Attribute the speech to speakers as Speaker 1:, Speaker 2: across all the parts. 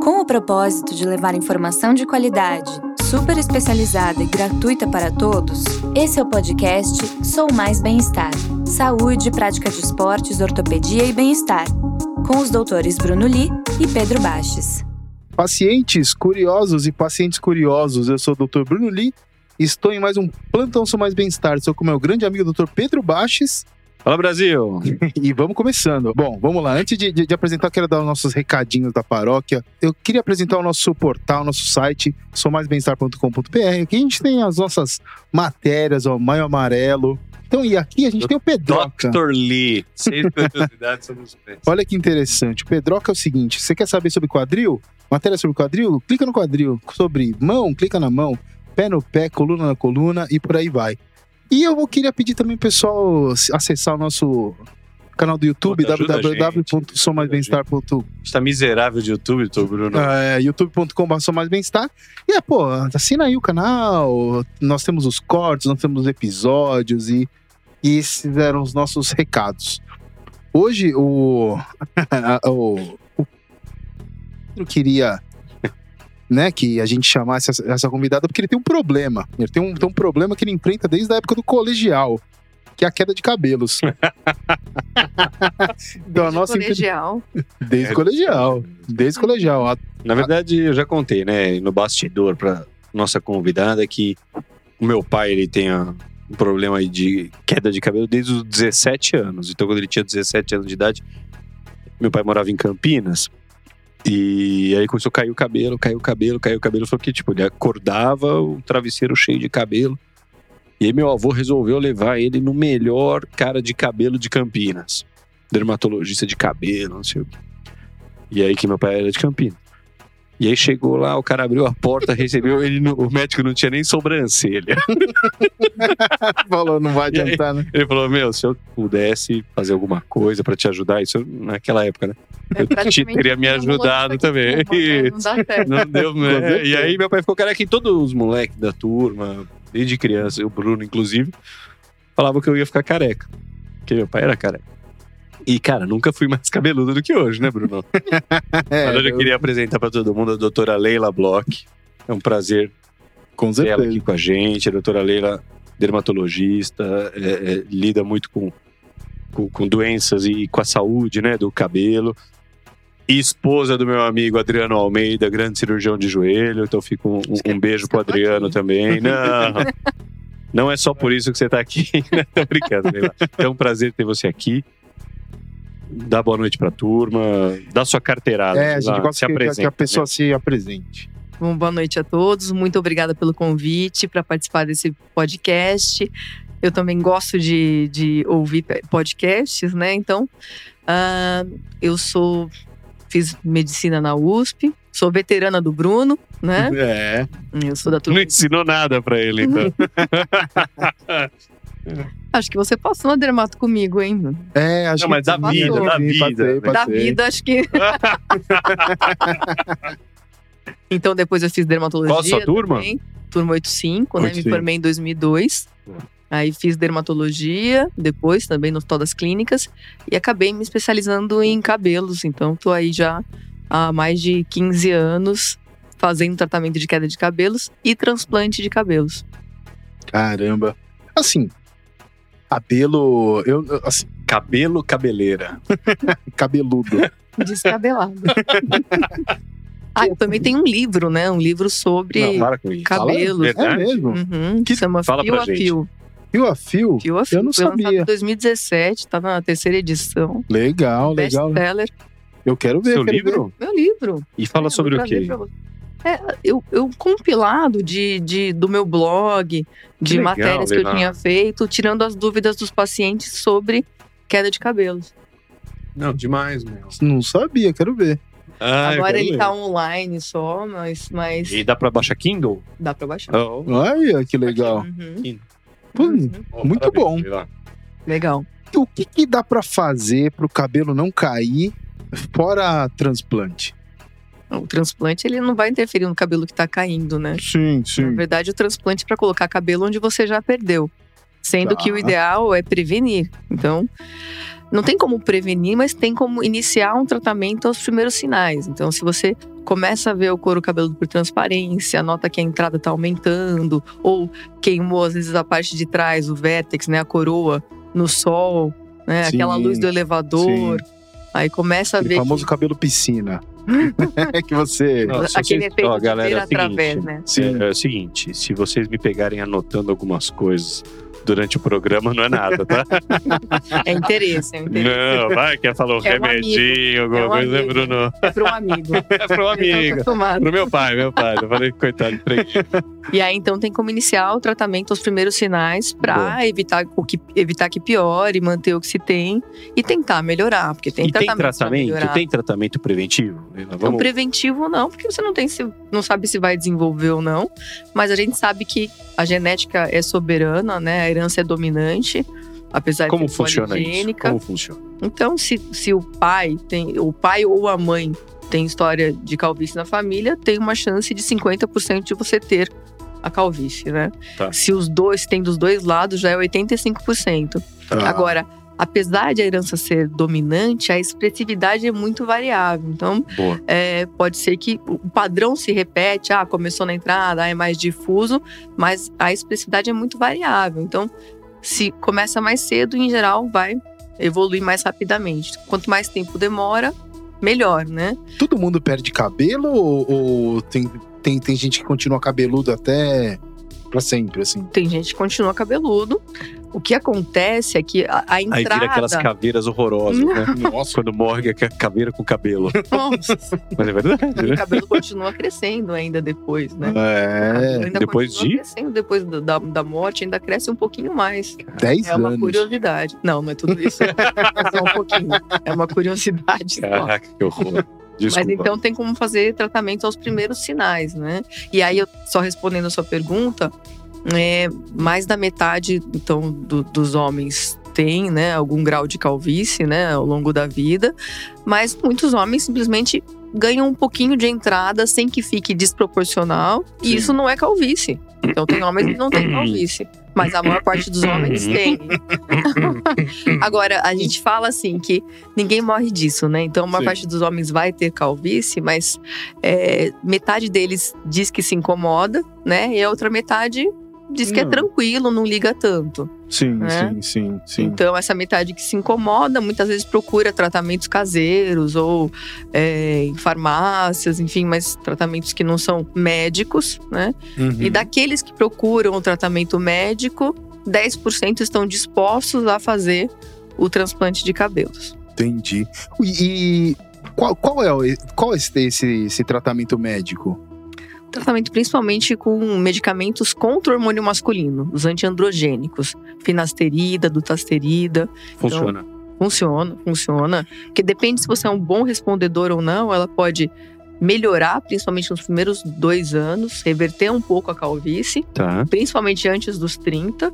Speaker 1: Com o propósito de levar informação de qualidade, super especializada e gratuita para todos, esse é o podcast Sou Mais Bem-Estar. Saúde, prática de esportes, ortopedia e bem-estar. Com os doutores Bruno Li e Pedro Baches.
Speaker 2: Pacientes curiosos e pacientes curiosos, eu sou o Dr. Bruno Li. Estou em mais um Plantão Sou Mais Bem-Estar. Sou com meu grande amigo Dr. Pedro Baches.
Speaker 3: Fala Brasil!
Speaker 2: E vamos começando. Bom, vamos lá. Antes de, de, de apresentar, quero dar os nossos recadinhos da paróquia. Eu queria apresentar o nosso portal, nosso site, soumaisbemestar.com.br. Aqui a gente tem as nossas matérias, ó, Maio Amarelo. Então, e aqui a gente tem o Pedroca.
Speaker 3: Dr. Lee. Seis curiosidades sobre os pés.
Speaker 2: Olha que interessante. O Pedroca é o seguinte: você quer saber sobre quadril? Matéria sobre quadril? Clica no quadril. Sobre mão? Clica na mão. Pé no pé, coluna na coluna e por aí vai. E eu queria pedir também pro pessoal acessar o nosso canal do YouTube,
Speaker 3: Puta, ajuda a gente.
Speaker 2: www.somaisbemestar.com.
Speaker 3: A gente tá miserável de YouTube, doutor Bruno.
Speaker 2: É, youtube.com.br sou mais bem-estar. E é, pô, assina aí o canal. Nós temos os cortes, nós temos os episódios e, e esses eram os nossos recados. Hoje, o. o, o eu queria. Né, que a gente chamasse essa, essa convidada porque ele tem um problema. Ele tem um, tem um problema que ele enfrenta desde a época do colegial, que é a queda de cabelos. da nossa
Speaker 4: colegial.
Speaker 2: Desde o colegial. Desde o colegial. A-
Speaker 3: Na verdade, eu já contei, né, no bastidor pra nossa convidada que o meu pai, ele tem ah, um problema aí de queda de cabelo desde os 17 anos. Então, quando ele tinha 17 anos de idade, meu pai morava em Campinas. E aí começou a cair o cabelo, caiu o cabelo, caiu o cabelo. Foi que, tipo, ele acordava, o travesseiro cheio de cabelo. E aí meu avô resolveu levar ele no melhor cara de cabelo de Campinas. Dermatologista de cabelo, não sei o quê. E aí que meu pai era de Campinas. E aí chegou lá, o cara abriu a porta, recebeu ele, no- o médico não tinha nem sobrancelha.
Speaker 2: Falou, não vai
Speaker 3: E aí?
Speaker 2: adiantar, né?
Speaker 3: Ele falou: "Meu, se eu pudesse fazer alguma coisa pra te ajudar, isso eu- naquela época, né?
Speaker 4: É
Speaker 3: Eu te
Speaker 4: praticamente
Speaker 3: teria me
Speaker 4: um
Speaker 3: ajudado
Speaker 4: lote
Speaker 3: também."
Speaker 4: daquele pulmão, né? Não dá certo.
Speaker 3: Não deu,
Speaker 2: Com
Speaker 3: né?
Speaker 2: certeza.
Speaker 3: E aí meu pai ficou careca e todos os moleques da turma, desde criança, o Bruno inclusive, falavam que eu ia ficar careca. Porque meu pai era careca. E, cara, nunca fui mais cabeludo do que hoje, né, Bruno?
Speaker 2: É,
Speaker 3: Mas hoje eu
Speaker 2: eu-
Speaker 3: queria apresentar pra todo mundo a doutora Leila Bloch. É um prazer
Speaker 2: com
Speaker 3: ter ela
Speaker 2: certeza.
Speaker 3: aqui com a gente. A doutora Leila, dermatologista, é, é, lida muito com, com, com doenças e com a saúde, né, do cabelo. E esposa do meu amigo Adriano Almeida, grande cirurgião de joelho. Então fica um, um- um beijo pro Adriano também. Não, não é só por isso que você tá aqui. Né? Tô brincando, Leila. É um prazer ter você aqui. Dá boa noite pra turma. Dá sua carteirada.
Speaker 2: É, a
Speaker 3: sei lá,
Speaker 2: gente gosta
Speaker 3: se né?
Speaker 2: que, que
Speaker 3: apresenta,
Speaker 2: a pessoa se apresente.
Speaker 4: Bom, boa noite a todos. Muito obrigada pelo convite para participar desse podcast. Eu também gosto de, de ouvir pe- podcasts, né? Então, ah, eu sou fiz medicina na USP, sou veterana do Bruno, né?
Speaker 3: né? É.
Speaker 4: Eu sou da
Speaker 3: Não
Speaker 4: turma.
Speaker 3: ensinou nada pra ele, então.
Speaker 4: Acho que você passou na dermato comigo, hein? Bruno?
Speaker 2: É, acho
Speaker 3: Não, mas da
Speaker 2: Passou,
Speaker 4: vida,
Speaker 3: da
Speaker 2: sim,
Speaker 3: vida,
Speaker 2: passei,
Speaker 3: né?
Speaker 4: Da
Speaker 2: passei.
Speaker 4: vida, acho que. então depois eu fiz dermatologia.
Speaker 3: Qual a sua turma?
Speaker 4: também, turma 85, né? Me
Speaker 2: 85.
Speaker 4: formei em 2002. Aí fiz dermatologia, depois também no Hospital das Clínicas. E acabei me especializando em cabelos. Então tô aí já há mais de 15 anos fazendo tratamento de queda de cabelos e transplante de cabelos.
Speaker 2: Caramba. Assim, cabelo. Eu, eu, assim,
Speaker 3: Cabelo, cabeleira. É
Speaker 2: cabeludo.
Speaker 4: Descabelado. ah, eu também tenho um livro, né? Um livro sobre
Speaker 3: Não, para com isso.
Speaker 4: cabelos.
Speaker 2: é
Speaker 3: Verdade?
Speaker 2: mesmo.
Speaker 4: Uhum, que chama
Speaker 3: Fala
Speaker 4: Fio
Speaker 3: pra
Speaker 4: a
Speaker 3: gente.
Speaker 4: Fio.
Speaker 2: Fio a fio.
Speaker 4: Fio a Fio.
Speaker 2: Eu não
Speaker 4: foi um lançado
Speaker 2: sabia.
Speaker 4: em 2017, tá na terceira edição.
Speaker 3: Tá
Speaker 2: Legal,
Speaker 3: né?
Speaker 2: legal.
Speaker 4: Bestseller.
Speaker 2: Eu quero ver.
Speaker 3: Seu
Speaker 2: quero ver.
Speaker 3: livro?
Speaker 4: Meu livro.
Speaker 3: E fala
Speaker 4: É,
Speaker 3: sobre
Speaker 4: eu
Speaker 3: o quê?
Speaker 4: gravei pra você. É, eu, eu compilado de, de, do meu blog, de
Speaker 3: legal,
Speaker 4: matérias que eu
Speaker 3: Leila.
Speaker 4: tinha feito, tirando as dúvidas dos pacientes sobre queda de cabelos.
Speaker 3: Não, demais, meu.
Speaker 2: Não sabia, quero ver.
Speaker 3: Ah, é
Speaker 4: Agora ele tá online só, mas, mas
Speaker 3: E dá pra baixar Kindle?
Speaker 4: dá pra baixar.
Speaker 2: Olha que legal.
Speaker 4: Uhum.
Speaker 3: Sim.
Speaker 2: Pô,
Speaker 4: Uhum.
Speaker 3: Oh,
Speaker 2: Muito bom.
Speaker 4: Legal.
Speaker 2: O que, que dá pra fazer pro cabelo não cair fora transplante?
Speaker 4: O transplante ele não vai interferir no cabelo que tá caindo, né?
Speaker 2: Sim,
Speaker 4: Na verdade, o transplante é para colocar cabelo onde você já perdeu. Sendo
Speaker 2: Tá.
Speaker 4: que o ideal é prevenir. Então, não tem como prevenir, mas tem como iniciar um tratamento aos primeiros sinais. Então, se você começa a ver o couro cabeludo por transparência, nota que a entrada está aumentando, ou queimou, às vezes, a parte de trás, o vértex, né, a coroa, no sol, né,
Speaker 2: Sim,
Speaker 4: aquela luz do elevador. Aí começa a
Speaker 2: Aquele
Speaker 4: ver
Speaker 2: famoso cabelo piscina. É que você.
Speaker 3: Não, se
Speaker 4: que, aquele
Speaker 3: vocês-
Speaker 4: efeito
Speaker 3: ó,
Speaker 4: de
Speaker 3: galera,
Speaker 4: ver
Speaker 3: é o seguinte,
Speaker 4: através, né?
Speaker 2: Sim.
Speaker 3: É, é o seguinte, se vocês me pegarem anotando algumas coisas durante o programa, não é nada, tá?
Speaker 4: É interesse, é interesse.
Speaker 3: não, vai, quer falar um
Speaker 4: É um amigo,
Speaker 3: remedinho, alguma
Speaker 4: é um
Speaker 3: coisa,
Speaker 4: amigo.
Speaker 3: Bruno.
Speaker 4: É para um amigo.
Speaker 3: É pro
Speaker 4: Eu tô
Speaker 3: amigo.
Speaker 4: acostumada.
Speaker 3: Pro meu pai, meu pai. Eu falei, coitado, prendido.
Speaker 4: E aí, então, tem como iniciar o tratamento aos primeiros sinais para evitar, o que- evitar que piore, manter o que se tem e tentar melhorar. Porque tem
Speaker 3: E tem
Speaker 4: tratamento. pra
Speaker 3: tratamento?
Speaker 4: melhorar.
Speaker 3: Tem tratamento preventivo?
Speaker 4: Então,
Speaker 3: Vamos-
Speaker 4: preventivo não, porque você não, tem se, não sabe se vai desenvolver ou não. Mas a gente sabe que a genética é soberana, né? A herança é dominante, apesar de
Speaker 3: Como
Speaker 4: ser
Speaker 3: funciona isso?
Speaker 4: poligênica.
Speaker 3: Como funciona?
Speaker 4: Então, se, se o pai tem, o pai ou a mãe tem história de calvície na família, tem uma chance de 50% de você ter a calvície, né?
Speaker 3: Tá.
Speaker 4: Se os dois tem dos dois lados, já é 85%.
Speaker 3: Ah.
Speaker 2: Tá.
Speaker 4: Agora, apesar de a herança ser dominante, a expressividade é muito variável. Então,
Speaker 3: Boa.
Speaker 4: é, pode ser que o padrão se repete, ah, começou na entrada, ah, é mais difuso, mas a expressividade é muito variável. Então, se começa mais cedo, em geral, vai evoluir mais rapidamente. Quanto mais tempo demora, melhor, né?
Speaker 2: Todo mundo perde cabelo ou, ou tem, tem, tem gente que continua cabeludo até pra sempre, assim?
Speaker 4: Tem gente que continua cabeludo. O que acontece é que a, a
Speaker 3: Aí
Speaker 4: entrada.
Speaker 3: vira aquelas caveiras horrorosas, né? Nossa, quando morre é caveira com cabelo.
Speaker 4: Nossa,
Speaker 3: Mas é verdade,
Speaker 4: e
Speaker 3: né?
Speaker 4: o cabelo continua crescendo ainda depois, né?
Speaker 2: É,
Speaker 4: ainda
Speaker 3: depois
Speaker 4: continua
Speaker 3: de-
Speaker 4: crescendo, depois da- da, da morte, ainda cresce um pouquinho mais.
Speaker 2: 10
Speaker 4: É uma
Speaker 2: anos.
Speaker 4: curiosidade. Não, não é tudo isso. É só um pouquinho. É uma curiosidade. só.
Speaker 3: Caraca, que horror. Desculpa.
Speaker 4: Mas então tem como fazer tratamento aos primeiros sinais, né? E aí, eu, só respondendo a sua pergunta, é, mais da metade então, do- dos homens tem né, algum grau de calvície né, ao longo da vida, mas muitos homens simplesmente ganham um pouquinho de entrada sem que fique desproporcional, e
Speaker 2: Sim.
Speaker 4: isso não é calvície. Então tem homens que não têm calvície, mas a maior parte dos homens tem. Agora, a gente fala assim que ninguém morre disso, né? Então, uma
Speaker 2: Sim.
Speaker 4: parte dos homens vai ter calvície, mas é, metade deles diz que se incomoda, né? E a outra metade diz que é
Speaker 2: Não.
Speaker 4: tranquilo, não liga tanto.
Speaker 2: Sim,
Speaker 4: né?
Speaker 2: sim, sim, sim.
Speaker 4: Então, essa metade que se incomoda muitas vezes procura tratamentos caseiros ou é, em farmácias, enfim, mas tratamentos que não são médicos, né?
Speaker 2: Uhum.
Speaker 4: E daqueles que procuram o tratamento médico, 10% estão dispostos a fazer o transplante de cabelos.
Speaker 2: Entendi. E, e qual, qual é o- qual é esse, esse, esse tratamento médico?
Speaker 4: Tratamento principalmente com medicamentos contra o hormônio masculino, os antiandrogênicos, finasterida, dutasterida.
Speaker 3: funciona.
Speaker 4: Funciona, funciona. Porque depende se você é um bom respondedor ou não, ela pode melhorar, principalmente nos primeiros dois anos, reverter um pouco a calvície,
Speaker 3: Tá.
Speaker 4: principalmente antes dos 30.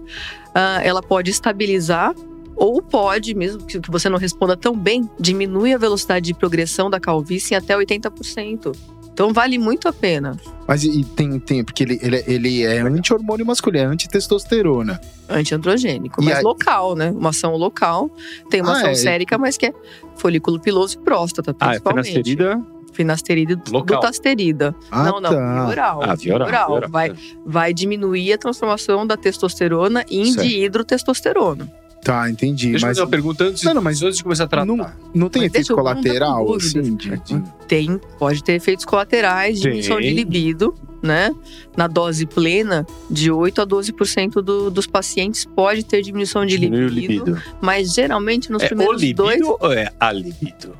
Speaker 4: Ah, ela pode estabilizar. Ou pode, mesmo que que você não responda tão bem, diminui a velocidade de progressão da calvície em até 80%. Então vale muito a pena.
Speaker 2: Mas e, e tem, tem, porque ele, ele, ele é anti-hormônio masculino, é anti-testosterona.
Speaker 4: antiandrogênico,
Speaker 2: E
Speaker 4: mas
Speaker 2: aí-
Speaker 4: local, né? Uma ação local. Tem uma
Speaker 2: Ah,
Speaker 4: ação
Speaker 2: é.
Speaker 4: sérica, mas que é folículo piloso e próstata,
Speaker 3: Ah, é
Speaker 4: principalmente.
Speaker 3: finasterida.
Speaker 4: Finasterida e
Speaker 3: Local.
Speaker 4: dutasterida.
Speaker 2: Ah,
Speaker 4: não, não,
Speaker 2: tá.
Speaker 4: via oral.
Speaker 3: Ah, via oral, via oral.
Speaker 4: Vai, vai diminuir a transformação da testosterona em
Speaker 3: Certo.
Speaker 4: dihidrotestosterona.
Speaker 2: Tá, entendi.
Speaker 3: Deixa eu
Speaker 2: mas
Speaker 3: fazer uma pergunta antes,
Speaker 2: Não, não, mas-
Speaker 3: antes de começar a tratar.
Speaker 2: não, não tem
Speaker 4: Mas deixa
Speaker 2: efeito
Speaker 4: um o mundo com
Speaker 2: colateral,
Speaker 4: dúvidas.
Speaker 2: assim? de- de-
Speaker 4: Tem, pode ter efeitos colaterais,
Speaker 3: Tem.
Speaker 4: diminuição de libido, né? Na dose plena, de 8 a 12% do, dos pacientes pode ter diminuição de
Speaker 3: Diminui
Speaker 4: libido,
Speaker 3: o libido.
Speaker 4: mas geralmente nos
Speaker 3: É o
Speaker 4: primeiros
Speaker 3: libido
Speaker 4: dois
Speaker 3: ou é a libido?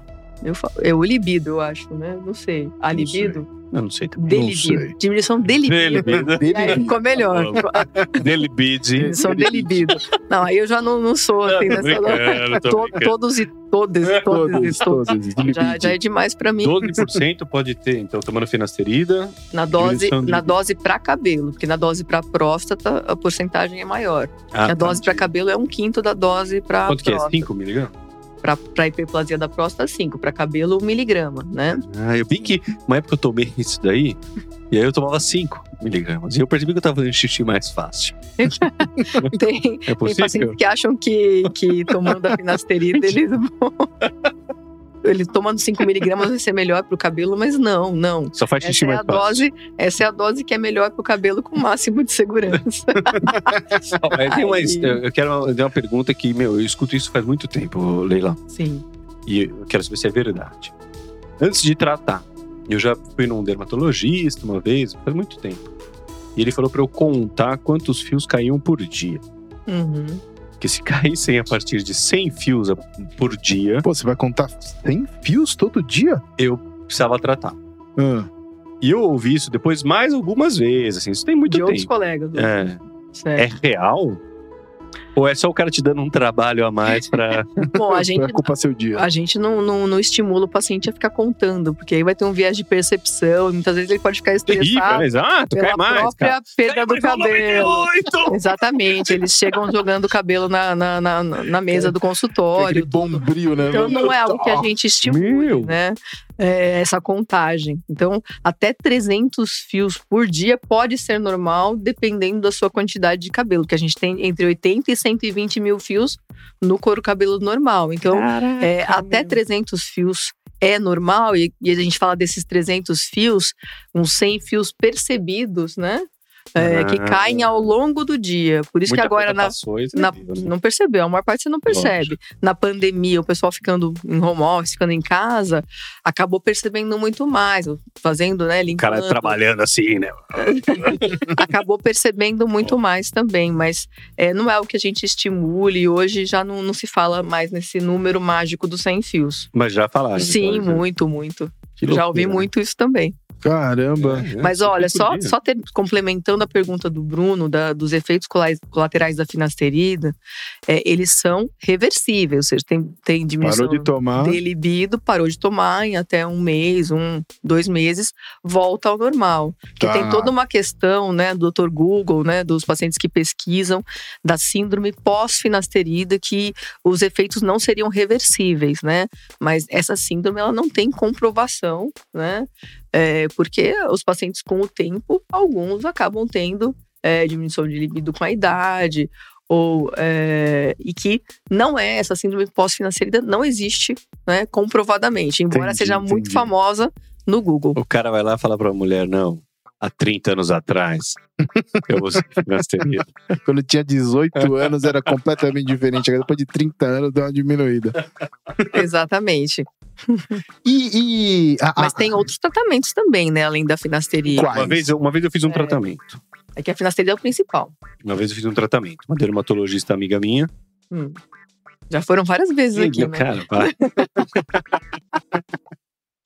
Speaker 4: Eu falo, é o libido, eu acho, né? Não sei. A
Speaker 2: Não
Speaker 4: libido?
Speaker 3: Eu não sei também.
Speaker 4: De
Speaker 2: Não sei.
Speaker 4: libido. Diminuição de libido. E aí ficou
Speaker 3: Tá
Speaker 4: melhor.
Speaker 3: Delibide.
Speaker 4: Diminuição de libido. Não, aí eu já não, não sou assim
Speaker 3: Tô
Speaker 4: nessa. Não.
Speaker 3: brincando, tô
Speaker 4: To-
Speaker 3: brincando.
Speaker 4: todos e todas, todas
Speaker 2: É, Todos,
Speaker 4: e todos.
Speaker 2: todos. de
Speaker 4: Já,
Speaker 2: libido.
Speaker 4: já é demais pra mim.
Speaker 3: 12% pode ter, então, tomando finasterida.
Speaker 4: Na dose,
Speaker 3: diminuição de
Speaker 4: na
Speaker 3: libido.
Speaker 4: dose pra cabelo, porque na dose pra próstata a porcentagem é maior.
Speaker 3: Ah,
Speaker 4: a dose
Speaker 3: tá.
Speaker 4: pra cabelo é um quinto da dose pra
Speaker 3: Quanto que é?
Speaker 4: próstata.
Speaker 3: 5 miligramas?
Speaker 4: Pra, pra hiperplasia da próstata, 5. Pra cabelo, 1 miligrama, né?
Speaker 3: Ah, eu vi que uma época eu tomei isso daí, e aí eu tomava 5. miligramas. E eu percebi que eu tava fazendo xixi mais fácil.
Speaker 4: Tem,
Speaker 3: É
Speaker 4: tem pacientes
Speaker 3: possível?
Speaker 4: que acham que, que tomando a finasterida eles vão. Ele tomando 5mg vai ser melhor pro cabelo, mas não, não.
Speaker 3: Só faz xixi
Speaker 4: Essa é,
Speaker 3: mais
Speaker 4: a
Speaker 3: fácil.
Speaker 4: dose, essa é a dose que é melhor pro cabelo com o máximo de segurança.
Speaker 3: Mas tem uma-
Speaker 4: Aí.
Speaker 3: eu quero uma, tem uma pergunta que, meu, eu escuto isso faz muito tempo, Leila.
Speaker 4: Sim.
Speaker 3: E eu quero saber se é verdade. Antes de tratar, eu já fui num dermatologista uma vez, faz muito tempo. E ele falou pra eu contar quantos fios caíam por dia.
Speaker 4: Uhum.
Speaker 3: Que se caíssem a partir de 100 fios a- por dia,
Speaker 2: Pô, você vai contar 100 fios todo dia?
Speaker 3: precisava tratar.
Speaker 2: Ah,
Speaker 3: E eu ouvi isso depois mais algumas vezes, assim, isso tem muito
Speaker 4: De outros
Speaker 3: tempo.
Speaker 4: colegas.
Speaker 3: É,
Speaker 4: né?
Speaker 3: é
Speaker 4: Certo.
Speaker 3: real? Ou é só o cara te dando um trabalho a mais pra.
Speaker 4: Bom, a
Speaker 2: Vai
Speaker 4: gente,
Speaker 2: culpar seu dia.
Speaker 4: a gente não, não, não estimula o paciente a ficar contando, porque aí vai ter um viés de percepção, e muitas vezes ele pode ficar
Speaker 3: Terrível,
Speaker 4: estressado
Speaker 3: né? Ah, tu cai
Speaker 4: pela
Speaker 3: mais, um cara.
Speaker 4: própria perda do cabelo.
Speaker 3: 98!
Speaker 4: Exatamente, eles chegam jogando o cabelo na, na, na, na mesa
Speaker 2: É
Speaker 4: do
Speaker 2: Aquele
Speaker 4: consultório.
Speaker 2: bombril, né?
Speaker 4: Então não é algo que a gente
Speaker 3: Meu.
Speaker 4: estimule, né? É, essa contagem. Então, até 300 fios por dia pode ser normal, dependendo da sua quantidade de cabelo, que a gente tem entre 80 e 120 mil fios no couro cabeludo normal. Então, é, até 300 fios é normal, e, e a gente fala desses 300 fios, uns 100 fios percebidos, né? É, que
Speaker 3: Ah.
Speaker 4: caem ao longo do dia. Por isso que agora, na,
Speaker 3: é
Speaker 4: na-
Speaker 3: né?
Speaker 4: não percebeu, a maior parte você não percebe. Na pandemia, o pessoal ficando em home office, ficando em casa, acabou percebendo muito mais, fazendo, né,
Speaker 3: O
Speaker 4: limpando.
Speaker 3: cara trabalhando assim, né?
Speaker 4: acabou percebendo muito mais também, mas é, não é o que a gente estimule. e Hoje já não, não se fala mais nesse número mágico dos 100 fios.
Speaker 3: Mas já falaram.
Speaker 4: Sim,
Speaker 3: então,
Speaker 4: muito, muito.
Speaker 3: Que
Speaker 4: já ouvi
Speaker 3: loucura. né?
Speaker 4: muito isso também.
Speaker 2: Caramba.
Speaker 3: É,
Speaker 4: Mas
Speaker 3: é,
Speaker 4: olha,
Speaker 3: por
Speaker 4: só,
Speaker 3: dia.
Speaker 4: só ter- complementando a pergunta do Bruno, da- dos efeitos colais- colaterais da finasterida, é, eles são reversíveis, ou seja, tem, tem diminuição
Speaker 2: Parou de tomar.
Speaker 4: de libido, parou de tomar em até um mês, um, dois meses, volta ao normal. Que
Speaker 2: Tá.
Speaker 4: tem toda uma questão, né, do Dr. Google, né, dos pacientes que pesquisam, da síndrome pós-finasterida, que os efeitos não seriam reversíveis, né? Mas essa síndrome, ela não tem comprovação, né? É, porque os pacientes, com o tempo, alguns acabam tendo é, diminuição de libido com a idade, ou é, e que não é essa síndrome pós-financeira não existe, né, comprovadamente, embora
Speaker 2: Entendi,
Speaker 4: seja muito
Speaker 2: entendi.
Speaker 4: famosa no Google.
Speaker 3: O cara vai lá falar pra mulher, não. Há 30 anos atrás, eu vou ser finasterida.
Speaker 2: Quando eu tinha 18 anos era completamente diferente. Agora, Depois de 30 anos deu uma diminuída.
Speaker 4: Exatamente.
Speaker 2: E. e a- a-
Speaker 4: Mas tem outros tratamentos também, né, além da finasterida.
Speaker 2: Quais?
Speaker 3: Uma vez, eu, uma vez eu fiz um
Speaker 4: É.
Speaker 3: tratamento.
Speaker 4: É que a finasterida é o principal.
Speaker 3: Uma vez eu fiz um tratamento. Uma dermatologista amiga minha.
Speaker 4: Já foram várias vezes
Speaker 3: Ih,
Speaker 4: aqui,
Speaker 3: meu
Speaker 4: né?
Speaker 3: cara, vai.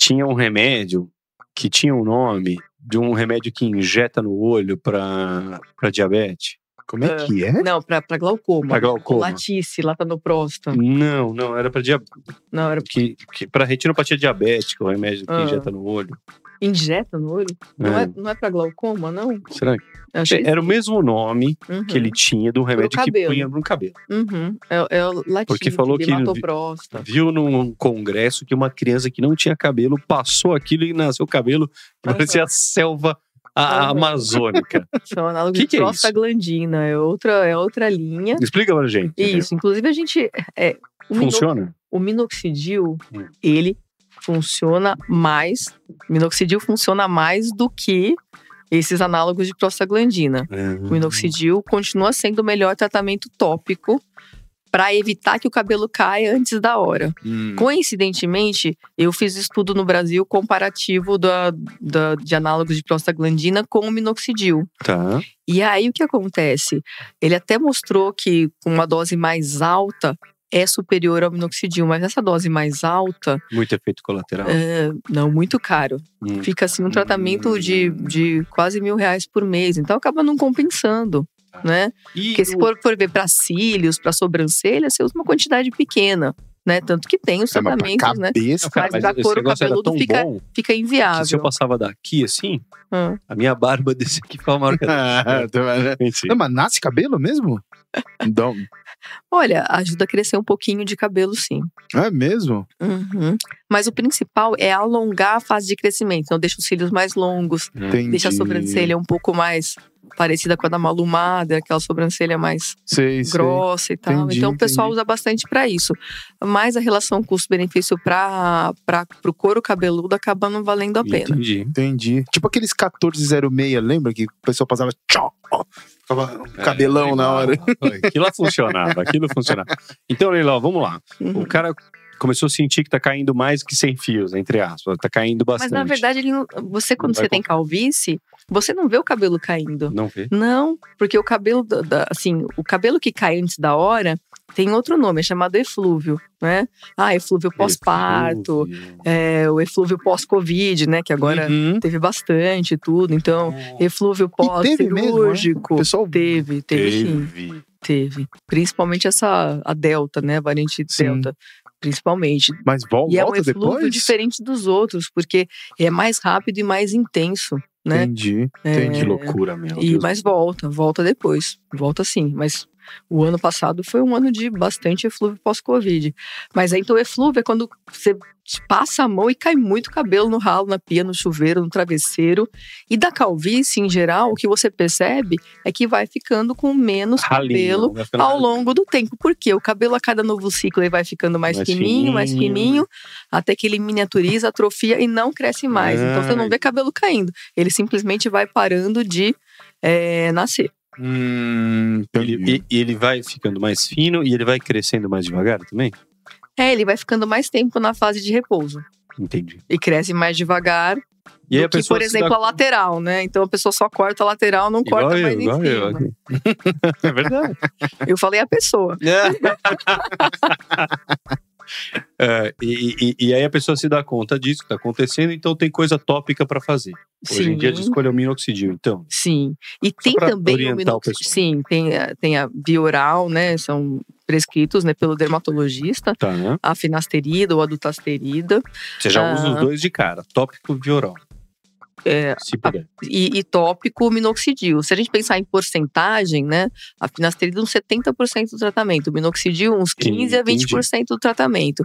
Speaker 3: tinha um remédio que tinha um nome de um remédio que injeta no olho pra, pra diabetes.
Speaker 2: Como
Speaker 4: ah,
Speaker 2: é que é?
Speaker 4: Não, pra, pra glaucoma.
Speaker 3: Pra glaucoma.
Speaker 4: Latice, latanoprosta.
Speaker 3: Não, não, era pra diabetes.
Speaker 4: Não, era
Speaker 3: Que, que pra retinopatia diabética, o remédio que
Speaker 4: Ah.
Speaker 3: injeta no olho.
Speaker 4: injeta no olho? Não
Speaker 3: É.
Speaker 4: é, não é pra glaucoma, não?
Speaker 3: Será que.
Speaker 4: Eu achei...
Speaker 3: Era o mesmo nome
Speaker 4: Uhum.
Speaker 3: que ele tinha do remédio que
Speaker 4: cabelo.
Speaker 3: punha no cabelo.
Speaker 4: Uhum. É, é o latice,
Speaker 3: Porque falou que-
Speaker 4: hematoprosta.
Speaker 3: Tá. Viu num congresso que uma criança que não tinha cabelo passou aquilo e nasceu cabelo que
Speaker 4: Aham.
Speaker 3: parecia a selva a- a
Speaker 4: Aham.
Speaker 3: amazônica.
Speaker 4: São análogos
Speaker 3: Que
Speaker 4: um de
Speaker 3: que é isso?
Speaker 4: prostaglandina, é outra, é outra linha.
Speaker 3: Explica pra gente. entendeu?
Speaker 4: Isso, inclusive a gente. é, o, mino-
Speaker 3: Funciona?
Speaker 4: o minoxidil,
Speaker 3: Hum.
Speaker 4: ele funciona mais. Minoxidil funciona mais do que esses análogos de prostaglandina.
Speaker 3: É. Uhum.
Speaker 4: O minoxidil continua sendo o melhor tratamento tópico para evitar que o cabelo caia antes da hora.
Speaker 2: Hum.
Speaker 3: Hum.
Speaker 4: Coincidentemente, eu fiz estudo no Brasil comparativo da, da- de análogos de prostaglandina com o minoxidil.
Speaker 3: Tá.
Speaker 4: E aí o que acontece? Ele até mostrou que com uma dose mais alta é superior ao minoxidil, mas nessa dose mais alta,
Speaker 3: Muito efeito colateral.
Speaker 4: é, não, muito caro.
Speaker 3: Hum.
Speaker 4: Fica assim um tratamento de, de quase mil reais por mês, então acaba não compensando, né?
Speaker 3: E
Speaker 4: Porque se
Speaker 3: o-
Speaker 4: for, for ver para cílios, para sobrancelha, você usa uma quantidade pequena, né? Tanto que tem os
Speaker 2: É, mas pra
Speaker 4: tratamentos, né?
Speaker 2: cabeça,
Speaker 3: Cara,
Speaker 4: mas
Speaker 3: mas
Speaker 4: pra
Speaker 3: esse
Speaker 4: couro
Speaker 3: negócio era
Speaker 4: cabeludo
Speaker 3: tão
Speaker 4: fica-
Speaker 3: bom
Speaker 4: Fica
Speaker 3: que se eu
Speaker 4: inviável.
Speaker 3: passava daqui assim,
Speaker 4: Ah.
Speaker 3: a minha assim. barba desse aqui ficava maior que a
Speaker 2: Ah, tá vendo?
Speaker 3: Mentira.
Speaker 2: Não, mas nasce cabelo mesmo? Então,
Speaker 4: Olha, ajuda a crescer um pouquinho de cabelo, sim.
Speaker 2: é mesmo?
Speaker 4: Uhum. Mas o principal é alongar a fase de crescimento. Então, deixa os cílios mais longos,
Speaker 2: Entendi.
Speaker 4: deixa a sobrancelha um pouco mais parecida com a da malumada, aquela sobrancelha mais
Speaker 2: sei, sei.
Speaker 4: grossa e tal.
Speaker 2: Entendi,
Speaker 4: então o pessoal
Speaker 2: entendi.
Speaker 4: usa bastante para isso. Mas a relação custo-benefício para o couro cabeludo acaba não valendo a pena.
Speaker 3: Entendi.
Speaker 2: Entendi. Tipo aqueles 1406, lembra? Que o pessoal passava. Tchau, ó,
Speaker 3: É,
Speaker 2: ficava com o cabelão na hora.
Speaker 3: Aquilo lá funcionava, aquilo funcionava. Então, Leilão, vamos lá.
Speaker 4: Uhum.
Speaker 3: O cara começou a sentir que tá caindo mais que sem fios, entre aspas. Tá caindo
Speaker 4: Mas
Speaker 3: bastante.
Speaker 4: na verdade, ele não- você quando
Speaker 3: vai
Speaker 4: você tem calvície, você não vê o cabelo caindo.
Speaker 3: Não vê.
Speaker 4: Não, porque o cabelo, da- da- assim, o cabelo que cai antes da hora tem outro nome, é chamado eflúvio, né? Ah, eflúvio pós-parto,
Speaker 3: um
Speaker 4: é, o eflúvio pós-covid, né? Que agora
Speaker 2: Uhum.
Speaker 4: teve bastante e tudo. Então, eflúvio
Speaker 2: E teve mesmo, né? O
Speaker 4: pós-cirúrgico.
Speaker 2: pessoal.
Speaker 4: Teve, teve sim.
Speaker 3: Teve.
Speaker 4: Teve. Principalmente essa, a Delta, né? A variante
Speaker 2: Sim.
Speaker 4: Delta. Principalmente.
Speaker 2: Mas vol-
Speaker 4: E é um
Speaker 2: volta
Speaker 4: eflúvio
Speaker 2: depois?
Speaker 4: diferente dos outros, porque é mais rápido e mais intenso, né?
Speaker 2: Entendi.
Speaker 4: É,
Speaker 2: Entendi.
Speaker 3: Que loucura, meu.
Speaker 4: E,
Speaker 3: Deus.
Speaker 4: mas volta, volta depois. Volta sim. Mas o ano passado foi um ano de bastante eflúvio pós-Covid. Mas aí, então, o eflúvio é quando você te passa a mão e cai muito cabelo no ralo, na pia, no chuveiro, no travesseiro. E da calvície, em geral, o que você percebe é que vai ficando com menos
Speaker 3: Ralinho, né?
Speaker 4: cabelo
Speaker 3: vai ficando
Speaker 4: ao
Speaker 3: ralinho.
Speaker 4: longo do tempo. Porque o cabelo, a cada novo ciclo, ele vai ficando mais,
Speaker 3: Mais
Speaker 4: fininho, mais
Speaker 3: fininho.
Speaker 4: fininho, até que ele miniaturiza, atrofia e não cresce mais. então você
Speaker 3: Ai.
Speaker 4: não vê cabelo caindo. Ele simplesmente vai parando de eh, nascer.
Speaker 2: Hum,
Speaker 3: Então, Ele, e- e ele vai ficando mais fino e ele vai crescendo mais devagar também?
Speaker 4: É, ele vai ficando mais tempo na fase de repouso.
Speaker 3: Entendi.
Speaker 4: E cresce mais devagar
Speaker 3: E aí a
Speaker 4: do que,
Speaker 3: pessoa
Speaker 4: por
Speaker 3: se dá
Speaker 4: exemplo, a lateral, né? Então a pessoa só corta a lateral, não
Speaker 3: Igual
Speaker 4: corta
Speaker 3: eu,
Speaker 4: mais em
Speaker 3: igual eu. assim.
Speaker 4: cima.
Speaker 3: É verdade.
Speaker 4: Eu falei a pessoa.
Speaker 3: É, e, e- e aí a pessoa se dá conta disso que tá acontecendo, então tem coisa tópica para fazer. Hoje em dia a gente escolhe o minoxidil, então.
Speaker 4: Sim. E tem
Speaker 3: pra
Speaker 4: também o
Speaker 3: orientar o
Speaker 4: minoxidil.
Speaker 3: pessoal.
Speaker 4: Sim, tem, a- tem a bioral, né? São prescritos né, pelo dermatologista,
Speaker 3: Tá, né?
Speaker 4: a finasterida ou a dutasterida.
Speaker 3: Você já
Speaker 4: Ah.
Speaker 3: usa os dois de cara, tópico e oral.
Speaker 4: É,
Speaker 3: Se puder.
Speaker 4: e, e tópico o minoxidil. Se a gente pensar em porcentagem, né? A finasterida uns 70% do tratamento, o minoxidil uns 15 a
Speaker 3: Entendi.
Speaker 4: 20% do tratamento.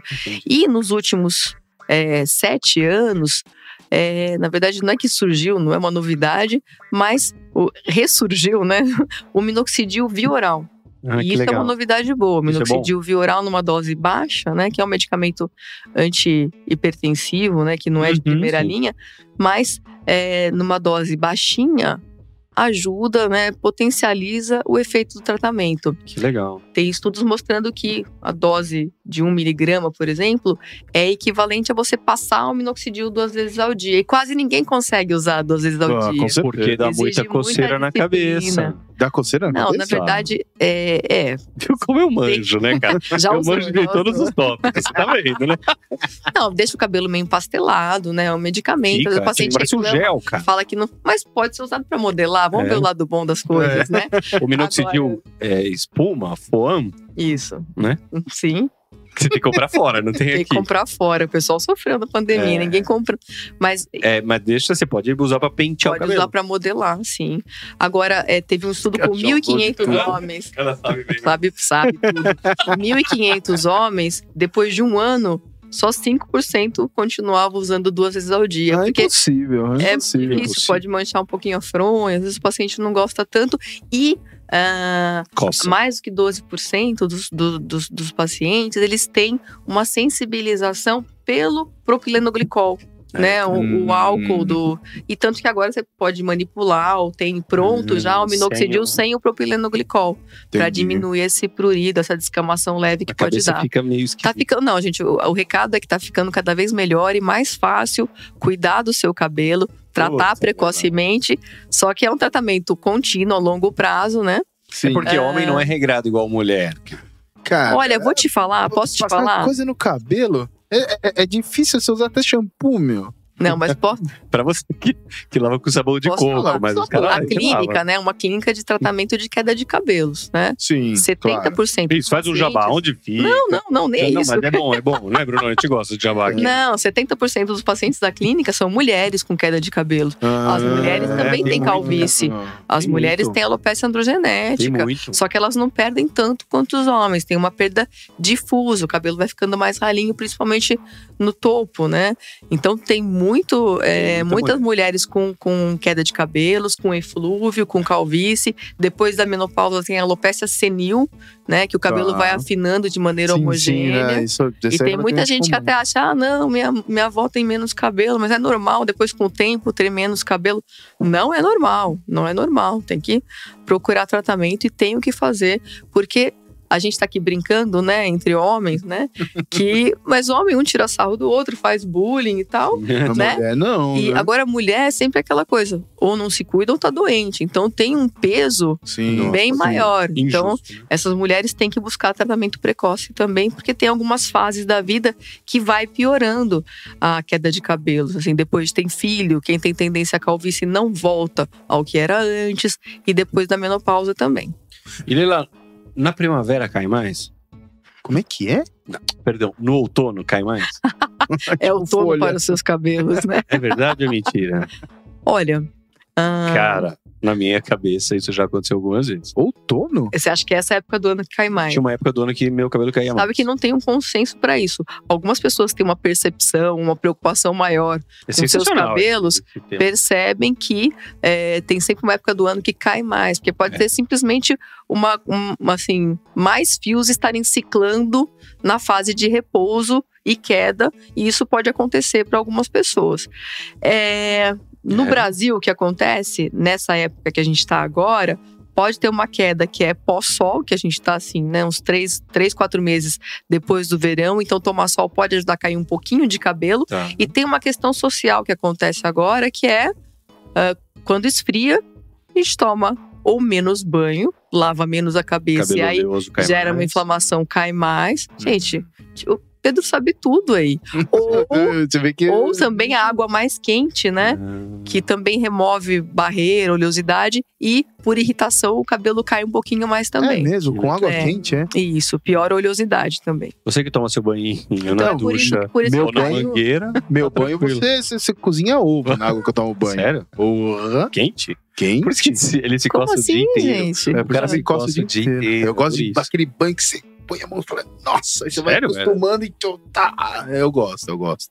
Speaker 4: E nos últimos é, sete anos, é, na verdade, não é que surgiu, não é uma novidade, mas o- ressurgiu, né? O minoxidil vioral.
Speaker 3: Ah,
Speaker 4: e
Speaker 3: que
Speaker 4: isso é uma
Speaker 3: legal.
Speaker 4: novidade
Speaker 3: Isso
Speaker 4: boa. O
Speaker 3: é bom.
Speaker 4: minoxidil vioral numa dose baixa, né? Que é um medicamento anti-hipertensivo, né? Que não é de
Speaker 3: Uhum,
Speaker 4: primeira
Speaker 3: sim.
Speaker 4: linha, mas é, numa dose baixinha ajuda, né? Potencializa o efeito do tratamento
Speaker 3: Que legal.
Speaker 4: tem estudos mostrando que a dose de 1 miligrama, por exemplo, é equivalente a você passar o minoxidil duas vezes ao dia. E quase ninguém consegue usar duas vezes ao
Speaker 2: Ah,
Speaker 4: dia.
Speaker 2: com certeza.
Speaker 3: Porque dá
Speaker 4: Exige
Speaker 3: muita
Speaker 4: muita
Speaker 3: coceira na
Speaker 4: disciplina.
Speaker 3: cabeça.
Speaker 2: Dá coceira na
Speaker 4: Não, na
Speaker 2: cabeça?
Speaker 4: verdade, é, é,
Speaker 3: Viu como eu manjo, né, cara?
Speaker 4: já
Speaker 3: eu
Speaker 4: usou,
Speaker 3: manjo
Speaker 4: já
Speaker 3: de todos
Speaker 4: usou.
Speaker 3: os tópicos, você tá vendo, né?
Speaker 4: Não, deixa o cabelo meio pastelado, né? É um medicamento. Às vezes o paciente
Speaker 3: parece um
Speaker 4: reclama,
Speaker 3: gel, cara.
Speaker 4: fala que não. Mas pode ser usado para modelar. Vamos
Speaker 3: É.
Speaker 4: ver o lado bom das coisas, né?
Speaker 3: O minoxidil é, espuma, foam,
Speaker 4: Isso.
Speaker 3: Né?
Speaker 4: Sim.
Speaker 3: você tem que comprar fora, não tem
Speaker 4: Tem
Speaker 3: aqui.
Speaker 4: que comprar fora. O pessoal sofreu na pandemia,
Speaker 3: É.
Speaker 4: ninguém compra. Mas
Speaker 3: É, mas deixa, você pode usar pra pentear o
Speaker 4: Pode
Speaker 3: cabelo.
Speaker 4: usar para modelar, sim. Agora, é, teve um estudo com
Speaker 3: Cachorro de
Speaker 4: 1.500
Speaker 3: tudo.
Speaker 4: homens.
Speaker 3: Ela sabe bem.
Speaker 4: Sabe, sabe tudo. 1.500 homens, depois de um ano, só 5% continuavam usando duas vezes ao dia.
Speaker 2: Ah, é
Speaker 4: porque
Speaker 2: impossível, é,
Speaker 4: é
Speaker 2: impossível.
Speaker 4: isso pode manchar um pouquinho a fronha, às vezes o paciente não gosta tanto. E ah,
Speaker 3: Coça.
Speaker 4: mais do que 12% dos, do- dos, dos pacientes, eles têm uma sensibilização pelo propilenoglicol,
Speaker 3: É.
Speaker 4: né? O,
Speaker 2: Hum.
Speaker 4: o álcool do. E tanto que agora você pode manipular ou tem pronto
Speaker 3: Hum,
Speaker 4: já o minoxidil
Speaker 3: sem
Speaker 4: sem o, propilenoglicol,
Speaker 2: Entendi.
Speaker 4: para é diminuir esse prurido, essa descamação leve que
Speaker 3: A
Speaker 4: pode
Speaker 3: cabeça
Speaker 4: dar.
Speaker 3: fica meio
Speaker 4: Tá
Speaker 3: esquisita.
Speaker 4: ficando, não, gente, o, o recado é que tá ficando cada vez melhor e mais fácil cuidar do seu cabelo, tratar
Speaker 3: Puta,
Speaker 4: precocemente, só que é um tratamento contínuo, a longo prazo, né?
Speaker 2: Sim.
Speaker 3: É porque homem não é regrado igual mulher. Ah,
Speaker 2: Cara,
Speaker 4: Olha, eu
Speaker 3: é,
Speaker 4: vou te falar, posso te
Speaker 2: passar
Speaker 4: falar?
Speaker 2: coisa no cabelo é, é- é difícil você usar até shampoo, meu.
Speaker 4: Não, mas posso,
Speaker 3: Pra você que, que lava com sabão de
Speaker 4: Posso
Speaker 3: coco,
Speaker 2: falar?
Speaker 3: mas os
Speaker 2: Só falar.
Speaker 3: caras.
Speaker 4: a
Speaker 3: que
Speaker 4: clínica,
Speaker 3: lava.
Speaker 4: né? Uma clínica de tratamento de queda de cabelos, né?
Speaker 2: Sim.
Speaker 4: 70%
Speaker 2: claro.
Speaker 3: Isso, faz um
Speaker 4: dos
Speaker 3: jabá.
Speaker 4: pacientes-
Speaker 3: Onde fica?
Speaker 4: Não, não, não, nem
Speaker 3: não,
Speaker 4: isso.
Speaker 3: mas é bom, é bom, né, Bruno? A gente gosta de jabá aqui.
Speaker 4: Não, 70% dos pacientes da clínica são mulheres com queda de cabelo. As mulheres
Speaker 2: Ah,
Speaker 4: também
Speaker 3: tem
Speaker 4: têm
Speaker 3: muito,
Speaker 4: calvície. As
Speaker 3: Tem
Speaker 4: mulheres
Speaker 3: muito.
Speaker 4: têm alopecia
Speaker 3: Tem
Speaker 4: androgenética.
Speaker 3: muito.
Speaker 4: Só que elas não perdem tanto quanto os homens. Tem uma perda difusa, o cabelo vai ficando mais ralinho, principalmente no topo, né? Então tem muito, é,
Speaker 3: Tem muita
Speaker 4: muitas mulheres com, com queda de cabelos, com eflúvio, com calvície. Depois da menopausa tem alopecia senil, né? Que o cabelo
Speaker 2: Tá.
Speaker 4: vai afinando de maneira homogênea.
Speaker 2: né? Isso-
Speaker 4: E
Speaker 2: isso aí
Speaker 4: tem
Speaker 2: não
Speaker 4: muita
Speaker 2: muito
Speaker 4: gente que
Speaker 2: comum.
Speaker 4: até acha, ah, não, minha, minha avó tem menos cabelo, mas é normal, depois com o tempo ter menos cabelo. Não é normal, não é normal. Tem que procurar tratamento e tem o que fazer, porque a gente tá aqui brincando, né, entre homens, né? Que, mas homem, um tira sarro do outro, faz bullying e tal.
Speaker 2: A
Speaker 4: né?
Speaker 2: mulher não,
Speaker 4: E
Speaker 2: né?
Speaker 4: agora, mulher é sempre aquela coisa, ou não se cuida ou tá doente. Então tem um peso
Speaker 2: Sim.
Speaker 4: bem
Speaker 3: sim.
Speaker 4: maior. Então,
Speaker 3: Injusto, né?
Speaker 4: essas mulheres têm que buscar tratamento precoce também, porque tem algumas fases da vida que vai piorando a queda de cabelos. Assim, depois tem filho, quem tem tendência à calvície não volta ao que era antes, e depois da menopausa também.
Speaker 3: E Leila, na primavera cai mais?
Speaker 2: Como é que é?
Speaker 3: Perdão, no outono cai mais? Tá
Speaker 4: É o tono
Speaker 2: folha.
Speaker 4: para os seus cabelos, né?
Speaker 3: É verdade ou mentira?
Speaker 4: Olha. ah,
Speaker 3: Cara, na minha cabeça isso já aconteceu algumas vezes.
Speaker 2: Outono?
Speaker 4: Você acha que essa é a época do ano que cai mais?
Speaker 3: Tinha uma época do ano que meu cabelo caía mais.
Speaker 4: Sabe que não tem um consenso para isso. Algumas pessoas têm uma percepção, uma preocupação maior
Speaker 3: É
Speaker 4: com seus
Speaker 3: sensacional
Speaker 4: cabelos,
Speaker 3: esse tipo tema.
Speaker 4: percebem que é, tem sempre uma época do ano que cai mais, porque pode
Speaker 3: É.
Speaker 4: ter simplesmente uma, um- uma, assim, mais fios estarem ciclando na fase de repouso e queda, e isso pode acontecer para algumas pessoas. É, no
Speaker 3: É.
Speaker 4: Brasil, o que acontece nessa época que a gente está agora. Pode ter uma queda que é pós-sol, que a gente está assim, né? Uns três, três, quatro meses depois do verão. Então, tomar sol pode ajudar a cair um pouquinho de cabelo.
Speaker 3: Tá.
Speaker 4: E tem uma questão social que acontece agora, que é ah, quando esfria, a gente toma ou menos banho, lava menos a cabeça
Speaker 3: Cabelo
Speaker 4: e aí
Speaker 3: oleoso cai
Speaker 4: gera uma
Speaker 3: mais.
Speaker 4: inflamação, cai mais.
Speaker 3: Hum.
Speaker 4: Gente, o Pedro sabe tudo aí. ou,
Speaker 2: É, Você vê que.
Speaker 4: ou também a água mais quente, né?
Speaker 3: Ah,
Speaker 4: Que também remove barreira, oleosidade e, por irritação, o cabelo cai um pouquinho mais
Speaker 2: É
Speaker 4: também.
Speaker 2: mesmo, com água
Speaker 4: É.
Speaker 2: quente, é.
Speaker 4: E Isso, piora a oleosidade também.
Speaker 3: Você que toma seu banhinho na
Speaker 4: é por isso,
Speaker 3: ducha
Speaker 4: por isso
Speaker 2: meu
Speaker 3: ou na
Speaker 4: que eu
Speaker 2: banho-
Speaker 4: não-
Speaker 3: mangueira.
Speaker 2: Meu
Speaker 3: Tá
Speaker 2: banho,
Speaker 3: tranquilo.
Speaker 2: você, você, você cozinha ovo na água que eu tomo banho.
Speaker 3: Sério?
Speaker 2: Porra,
Speaker 3: Quente?
Speaker 2: quente.
Speaker 3: Por isso que ele se- ele se
Speaker 4: Como
Speaker 3: coça o
Speaker 4: assim,
Speaker 3: dia inteiro.
Speaker 4: gente?
Speaker 2: É,
Speaker 3: O cara
Speaker 2: porque
Speaker 3: se coça o dia inteiro.
Speaker 2: né? Eu gosto de
Speaker 3: por isso.
Speaker 2: daquele banho que você põe a mão e fala, nossa, aí você
Speaker 3: Sério,
Speaker 2: vai acostumando e tchau, tá. Eu gosto, eu gosto.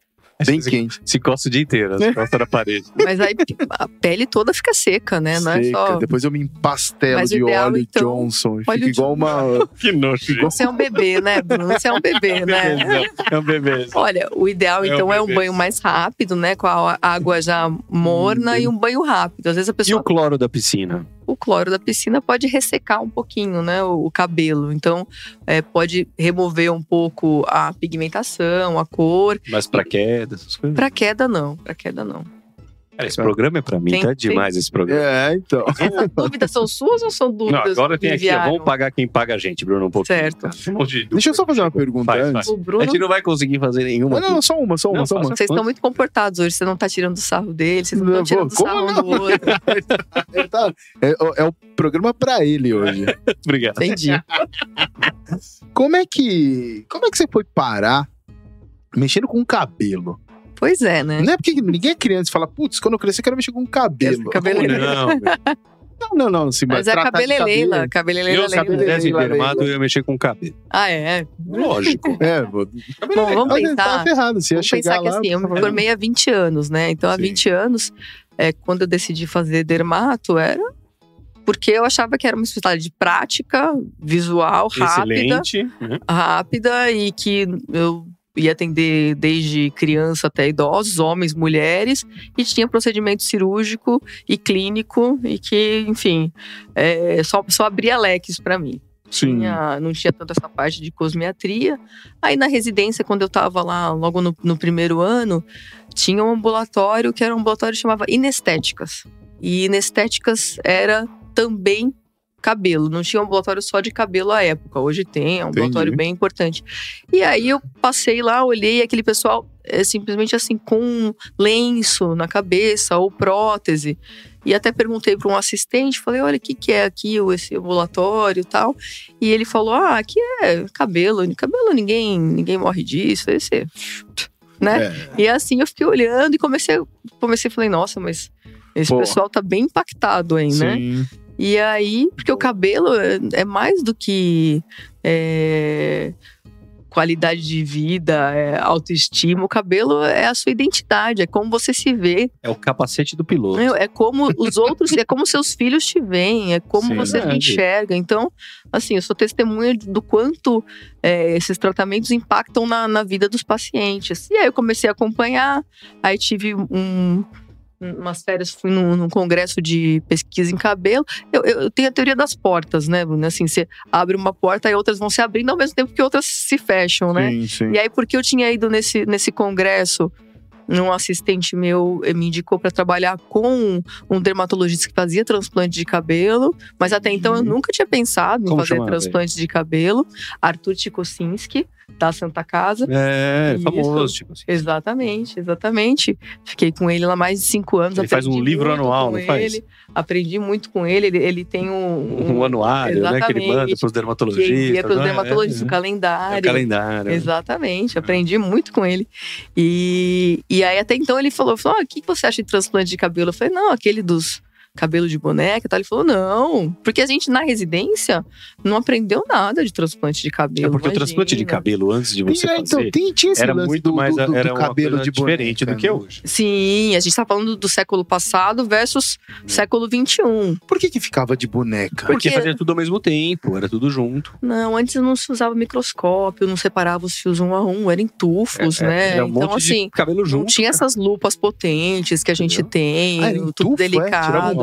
Speaker 2: Bem
Speaker 3: É, Você
Speaker 2: quente.
Speaker 3: Se coça o dia inteiro, se costa na parede.
Speaker 4: Mas aí tipo, a pele toda fica seca, né? Não é
Speaker 2: Seca.
Speaker 4: só.
Speaker 2: Depois eu me empastelo
Speaker 4: Mas o
Speaker 2: de
Speaker 4: ideal,
Speaker 2: óleo
Speaker 4: então,
Speaker 2: Johnson. e
Speaker 4: óleo
Speaker 2: Fica igual uma.
Speaker 3: Que nojo. gente.
Speaker 4: Você é um bebê, né, Bruno? Você é um bebê, né?
Speaker 3: É um bebê.
Speaker 4: Olha, o ideal
Speaker 3: É um
Speaker 4: então é um
Speaker 3: bebê. Hum,
Speaker 4: banho mais rápido, né? Com a água já morna e um banho rápido. Às vezes a
Speaker 3: E
Speaker 4: pessoa.
Speaker 3: o cloro da piscina?
Speaker 4: O cloro da piscina pode ressecar um pouquinho, né? O, o cabelo. Então, é, pode remover um pouco a pigmentação, a cor.
Speaker 2: Hum.
Speaker 3: Mas pra queda, essas coisas.
Speaker 4: Pra queda, não. Pra queda, não.
Speaker 3: Cara, esse programa é pra mim,
Speaker 4: Tem-
Speaker 3: tá demais esse programa.
Speaker 2: É, então.
Speaker 4: Dúvidas são suas ou são
Speaker 3: Não,
Speaker 4: dúvidas?
Speaker 3: agora
Speaker 4: que
Speaker 3: tem aqui, ó,
Speaker 4: enviaram?
Speaker 3: vamos pagar quem paga a gente, Bruno, um pouquinho.
Speaker 4: Certo.
Speaker 3: Tá? Um monte de dúvida.
Speaker 2: Deixa eu só fazer uma pergunta
Speaker 3: Faz,
Speaker 2: antes.
Speaker 3: faz.
Speaker 4: O
Speaker 3: A
Speaker 4: Bruno
Speaker 3: gente não vai conseguir fazer nenhuma.
Speaker 2: Não, não, só uma, só uma,
Speaker 3: Não,
Speaker 2: só uma.
Speaker 3: faça.
Speaker 4: Vocês estão muito comportados hoje, você não tá tirando sarro dele, vocês não
Speaker 2: Não,
Speaker 4: estão tirando
Speaker 2: como
Speaker 4: sarro um
Speaker 2: não?
Speaker 4: do outro.
Speaker 2: Ele tá- é, é o programa pra ele hoje.
Speaker 3: aqui. Obrigado.
Speaker 4: Entendi.
Speaker 2: Como é que. Como é que você foi parar mexendo com o cabelo?
Speaker 4: Pois é, né?
Speaker 2: Não é porque ninguém é criança e fala, putz, quando eu crescer, eu quero mexer com o cabelo.
Speaker 4: Cabeleleira.
Speaker 3: Não,
Speaker 4: Tá
Speaker 2: Não, não, não, sim,
Speaker 4: Mas é
Speaker 2: tratar de
Speaker 4: cabeleleira, cabeleleira
Speaker 3: eu se eu
Speaker 4: leila.
Speaker 3: tivesse
Speaker 2: Leila,
Speaker 3: enfermado,
Speaker 2: Leila.
Speaker 3: eu ia mexer com o cabelo.
Speaker 4: Ah, é.
Speaker 3: Lógico.
Speaker 2: É, vou...
Speaker 4: Bom, vamos pensar.
Speaker 2: Tá ferrado, se ia
Speaker 4: Vamos
Speaker 2: chegar
Speaker 4: pensar que
Speaker 2: lá...
Speaker 4: assim, eu me
Speaker 2: tava-
Speaker 4: formei há 20 anos, né? Então, há
Speaker 2: Sim.
Speaker 4: 20 anos, é, quando eu decidi fazer dermato, era porque eu achava que era uma especialidade prática, visual, rápida.
Speaker 3: Excelente. né?
Speaker 4: rápida e que eu ia atender desde criança até idosos, homens, mulheres, e tinha procedimento cirúrgico e clínico e que, enfim, é, só, só abria leques para mim.
Speaker 2: Sim.
Speaker 4: Tinha- não tinha tanto essa parte de cosmiatria. Aí na residência, quando eu estava lá, logo no, no primeiro ano, tinha um ambulatório que era um ambulatório que chamava Inestéticas. E Inestéticas era também cabelo. Não tinha ambulatório só de cabelo à época. Hoje tem, é um ambulatório bem importante. E aí eu passei lá, olhei e aquele pessoal é, simplesmente assim, com um lenço na cabeça ou prótese. E até perguntei para um assistente, falei, olha, o que, que é aqui o- esse ambulatório e tal. E ele falou, ah, aqui é cabelo. Cabelo ninguém, ninguém morre disso. Esse, né?
Speaker 2: É,
Speaker 4: E assim eu fiquei olhando e comecei, comecei falei, nossa, mas esse
Speaker 3: Pô.
Speaker 4: pessoal tá bem impactado aí, né?
Speaker 2: sim.
Speaker 4: E aí, porque o cabelo é, é mais do que é, qualidade de vida, é autoestima. O cabelo é a sua identidade, é como você se vê,
Speaker 3: É o capacete do piloto.
Speaker 4: Meu, é como os outros, é como seus filhos te veem, é como
Speaker 3: Sim,
Speaker 4: você
Speaker 3: verdade.
Speaker 4: te enxerga. Então, assim, eu sou testemunha do quanto é, esses tratamentos impactam na, na vida dos pacientes. E aí eu comecei a acompanhar, aí tive um- umas férias, fui num, num congresso de pesquisa em cabelo. Eu, eu- eu tenho a teoria das portas, né, Bruno? Assim, você abre uma porta e outras vão se abrindo ao mesmo tempo que outras se fecham, né?
Speaker 2: Sim, sim.
Speaker 4: E aí, porque eu tinha ido nesse, nesse congresso, um assistente meu eh, me indicou para trabalhar com um dermatologista que fazia transplante de cabelo, mas até então eu
Speaker 2: Entendi.
Speaker 4: nunca tinha pensado em
Speaker 3: Uhum. Como
Speaker 4: fazer
Speaker 3: chamava ele?
Speaker 4: transplante de cabelo. Arthur Tchikosinski, da Santa Casa.
Speaker 3: É,
Speaker 4: Isso.
Speaker 3: famoso, tipo assim.
Speaker 4: Exatamente, exatamente. Fiquei com ele lá mais de cinco anos.
Speaker 3: Ele faz um
Speaker 4: aprendi
Speaker 3: livro
Speaker 4: muito
Speaker 3: anual,
Speaker 4: com
Speaker 3: não faz?
Speaker 4: ele, Aprendi muito com ele. Ele, ele tem um, um-
Speaker 3: Um anuário, né? Que ele manda
Speaker 4: Exatamente.
Speaker 3: pros
Speaker 4: que ele
Speaker 3: dermatologistas.
Speaker 4: envia para os
Speaker 3: né? É,
Speaker 4: dermatologistas,
Speaker 3: é.
Speaker 4: o
Speaker 3: É o
Speaker 4: calendário.
Speaker 3: calendário.
Speaker 4: Exatamente, aprendi muito com ele. E, e aí até então ele falou, falou, "Ah, o que você acha de transplante de cabelo? Eu falei, não, aquele dos cabelo de boneca e tal. Ele falou, não, porque a gente na residência não aprendeu nada de transplante de cabelo.
Speaker 3: É porque o transplante de
Speaker 4: imagina."
Speaker 3: cabelo, antes de
Speaker 2: Tem-
Speaker 3: você
Speaker 2: é,
Speaker 3: fazer,
Speaker 2: então, tem, tinha esse
Speaker 3: era
Speaker 2: lance
Speaker 3: muito
Speaker 2: do,
Speaker 3: mais...
Speaker 2: do, do
Speaker 3: era uma
Speaker 2: cabelo
Speaker 3: coisa
Speaker 2: de boneca,
Speaker 3: diferente do que
Speaker 2: né?
Speaker 3: hoje.
Speaker 4: Sim, a gente tá falando do século passado versus século um. XXI.
Speaker 2: Por que que ficava de boneca?
Speaker 3: Porque
Speaker 4: Porque-
Speaker 3: fazia tudo ao mesmo tempo, era tudo junto.
Speaker 4: Não, antes não se usava microscópio, não separava os fios um a um, eram entufos, né?
Speaker 3: era um
Speaker 4: então,
Speaker 3: monte
Speaker 4: assim,
Speaker 3: de cabelo
Speaker 4: não
Speaker 3: junto. né?
Speaker 4: tinha essas lupas potentes que a gente
Speaker 3: Entendeu?
Speaker 4: tem,
Speaker 2: Ah, era
Speaker 4: tudo
Speaker 2: entufo, é? Tirava
Speaker 4: delicado.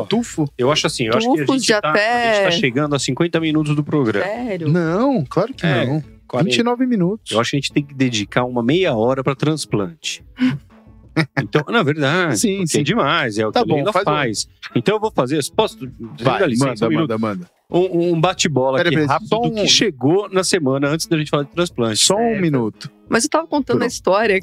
Speaker 2: um tufo?
Speaker 3: Eu acho assim, eu acho que a
Speaker 4: Tufos
Speaker 3: gente,
Speaker 4: de
Speaker 3: tá, a gente
Speaker 4: até- É,
Speaker 3: tá chegando a 50 minutos do programa.
Speaker 4: Sério?
Speaker 2: Não, claro que
Speaker 3: É,
Speaker 2: não.
Speaker 3: 40.
Speaker 2: 29 minutos.
Speaker 3: Eu acho que a gente tem que dedicar uma meia hora pra transplante. Então, na verdade,
Speaker 2: Sim,
Speaker 3: porque
Speaker 2: sim.
Speaker 3: é demais, é o
Speaker 2: Tá
Speaker 3: que a
Speaker 2: bom,
Speaker 3: Leila
Speaker 2: faz
Speaker 3: faz.
Speaker 2: um-
Speaker 3: Então eu vou fazer, posso,
Speaker 2: Vai,
Speaker 3: dá licença,
Speaker 2: manda,
Speaker 3: um minuto.
Speaker 2: manda, manda.
Speaker 3: um, um bate-bola
Speaker 2: Pera,
Speaker 3: aqui
Speaker 2: pera,
Speaker 3: rápido
Speaker 2: só
Speaker 3: do
Speaker 2: um-
Speaker 3: que chegou na semana antes da gente falar de transplante.
Speaker 2: Só um
Speaker 4: Certo.
Speaker 2: minuto.
Speaker 4: Mas eu tava contando
Speaker 2: Pronto.
Speaker 4: a história.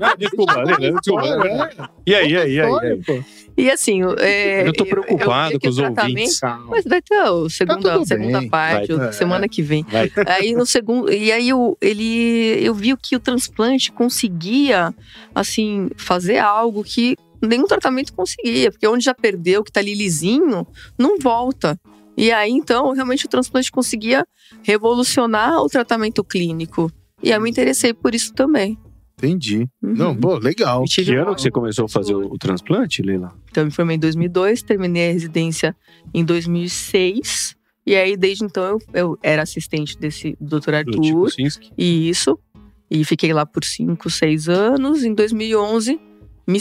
Speaker 3: Ah, desculpa, Leila, desculpa.
Speaker 4: né?
Speaker 2: Olha,
Speaker 3: E aí, e aí, né? e aí, e aí?
Speaker 4: E assim, eu- é,
Speaker 3: Eu tô
Speaker 4: vi
Speaker 3: preocupado
Speaker 4: que
Speaker 3: com
Speaker 4: o
Speaker 3: os
Speaker 4: tratamento-
Speaker 3: ouvintes.
Speaker 4: Mas vai ter a
Speaker 2: Tá
Speaker 4: segunda,
Speaker 2: tudo
Speaker 4: segunda
Speaker 2: bem.
Speaker 4: parte,
Speaker 2: Vai.
Speaker 4: ou semana que vem.
Speaker 3: é, Vai.
Speaker 4: Aí no segundo, e aí eu, ele, eu vi que o transplante conseguia assim fazer algo que nenhum tratamento conseguia, porque onde já perdeu, que tá ali lisinho, não volta. E aí então, realmente o transplante conseguia revolucionar o tratamento clínico. E eu me interessei por isso também.
Speaker 2: Entendi. Não,
Speaker 4: Uhum.
Speaker 2: pô, legal.
Speaker 4: E
Speaker 3: Que
Speaker 4: tive
Speaker 3: ano
Speaker 4: uma-
Speaker 3: que você começou a fazer o, o transplante, Leila?
Speaker 4: Então, eu me formei em 2002, terminei a residência em 2006. E aí, desde então, eu, eu era assistente desse doutor
Speaker 3: Do tipo
Speaker 4: Arthur.
Speaker 3: Tchikosinski?
Speaker 4: E isso. E fiquei lá por 5, 6 anos. Em 2011, me-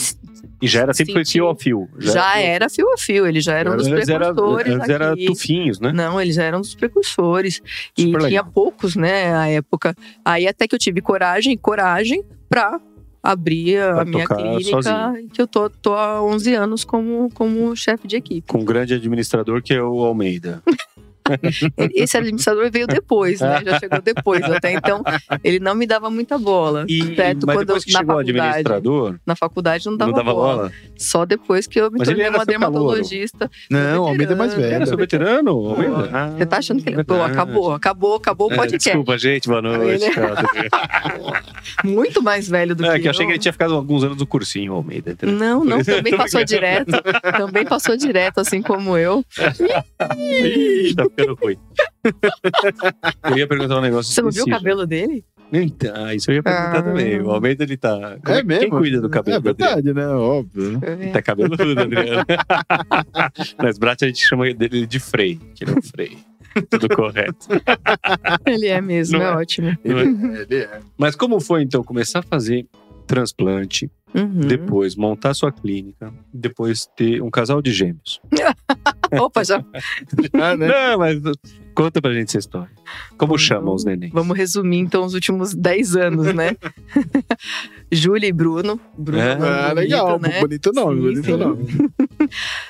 Speaker 3: E já era sempre foi
Speaker 4: Senti-
Speaker 3: fio a fio.
Speaker 4: já, era fio a fio. Ele já era um dos
Speaker 3: Antes era,
Speaker 4: precursores
Speaker 3: antes era
Speaker 4: aqui.
Speaker 3: tufinhos, né?
Speaker 4: Não, eles eram um dos precursores. E
Speaker 3: Super legal.
Speaker 4: tinha poucos, né, à época. Aí até que eu tive coragem, coragem pra abrir a
Speaker 3: Pra
Speaker 4: minha
Speaker 3: tocar
Speaker 4: clínica,
Speaker 3: sozinho.
Speaker 4: que eu tô, tô há 11 anos como, como chefe de equipe.
Speaker 3: Com um grande administrador que é o Almeida.
Speaker 4: Ele- É, Esse administrador veio depois, né? Já chegou depois. Até então, ele não me dava muita bola.
Speaker 3: E,
Speaker 4: Exceto
Speaker 3: mas
Speaker 4: quando eu-
Speaker 3: depois que chegou o administrador,
Speaker 4: Na faculdade não
Speaker 3: não
Speaker 4: dava,
Speaker 3: dava,
Speaker 4: bola.
Speaker 3: bola?
Speaker 4: Só depois que eu me
Speaker 3: Mas ele
Speaker 4: tornei
Speaker 3: era
Speaker 4: uma
Speaker 3: seu calouro.
Speaker 4: dermatologista.
Speaker 2: Não, o Almeida é mais
Speaker 4: veterano.
Speaker 2: velho.
Speaker 3: Era seu veterano? Almeida? Ah,
Speaker 4: Você tá achando que ele. Pô,
Speaker 3: verdade.
Speaker 4: acabou, acabou, acabou o
Speaker 3: É,
Speaker 4: podcast.
Speaker 3: Desculpa, gente, boa noite.
Speaker 4: Ele-
Speaker 3: Tá, tudo bem.
Speaker 4: Muito mais velho do
Speaker 3: É,
Speaker 4: que.
Speaker 3: que eu achei que
Speaker 4: eu.
Speaker 3: ele tinha ficado alguns anos no cursinho, Almeida. entendeu?
Speaker 4: Não, não, também passou direto. Também passou direto, assim como eu.
Speaker 3: Ih, tá ficando ruim. eu ia perguntar um negócio.
Speaker 4: Você não viu o
Speaker 3: esqueci,
Speaker 4: cabelo dele?
Speaker 3: já. Então, Ah, isso eu ia perguntar
Speaker 4: Ah.
Speaker 3: também. O Almeida, ele tá. Como
Speaker 2: É mesmo?
Speaker 3: Quem cuida do cabelo
Speaker 2: É
Speaker 3: do Adriano?
Speaker 2: verdade, né? Óbvio. né?
Speaker 4: É,
Speaker 3: Tá cabeludo, Adriano. Mas Brat, a gente chama dele de Frei, que ele é o Frei. Tudo correto.
Speaker 4: Ele é mesmo,
Speaker 3: Não
Speaker 4: é
Speaker 3: é.
Speaker 4: ótimo.
Speaker 3: não é?
Speaker 2: Ele é.
Speaker 3: Mas como foi, então, começar a fazer transplante,
Speaker 4: Uhum.
Speaker 2: Hum.
Speaker 3: depois montar sua clínica, depois ter um casal de gêmeos?
Speaker 4: Opa, já
Speaker 2: Ah, né?
Speaker 3: Não, mas conta pra gente essa história. Como chamam os neném?
Speaker 4: Vamos resumir, então, os últimos 10 anos, né? Júlia e Bruno. Bruno
Speaker 3: É.
Speaker 4: é um nome
Speaker 2: Ah, legal.
Speaker 4: bonito, né?
Speaker 2: Bonito nome,
Speaker 4: Sim,
Speaker 2: bonito
Speaker 4: sim.
Speaker 2: nome.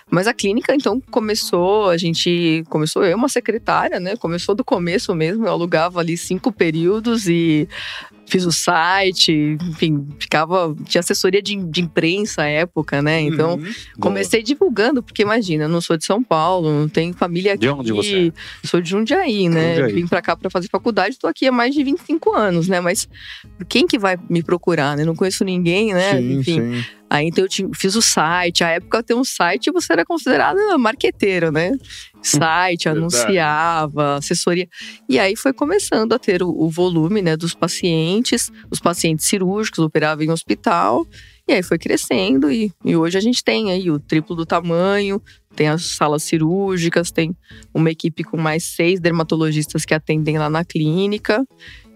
Speaker 4: Mas a clínica, então, começou, a gente começou, eu e uma secretária, né? Começou do começo mesmo, eu alugava ali cinco períodos e fiz o site, enfim, ficava. Tinha assessoria de, de imprensa à época, né? Então,
Speaker 2: Uhum.
Speaker 4: comecei divulgando, porque imagina, eu não sou de São Paulo, não tenho família aqui.
Speaker 3: De onde você é?
Speaker 4: Sou de Jundiaí, né?
Speaker 3: Jundiaí.
Speaker 4: Vim pra cá pra fazer faculdade, tô aqui há mais de 25 anos, né? Mas quem que vai me procurar, né? Não conheço ninguém, né?
Speaker 2: Sim,
Speaker 4: enfim.
Speaker 2: sim.
Speaker 4: Aí então eu ti- fiz o site. A época ter um site você era considerada marqueteiro, né? Site,
Speaker 3: Verdade.
Speaker 4: anunciava, assessoria. E aí foi começando a ter o, o volume né, dos pacientes, os pacientes cirúrgicos operavam em hospital. E aí foi crescendo e, e hoje a gente tem aí o triplo do tamanho, tem as salas cirúrgicas, tem uma equipe com mais seis dermatologistas que atendem lá na clínica.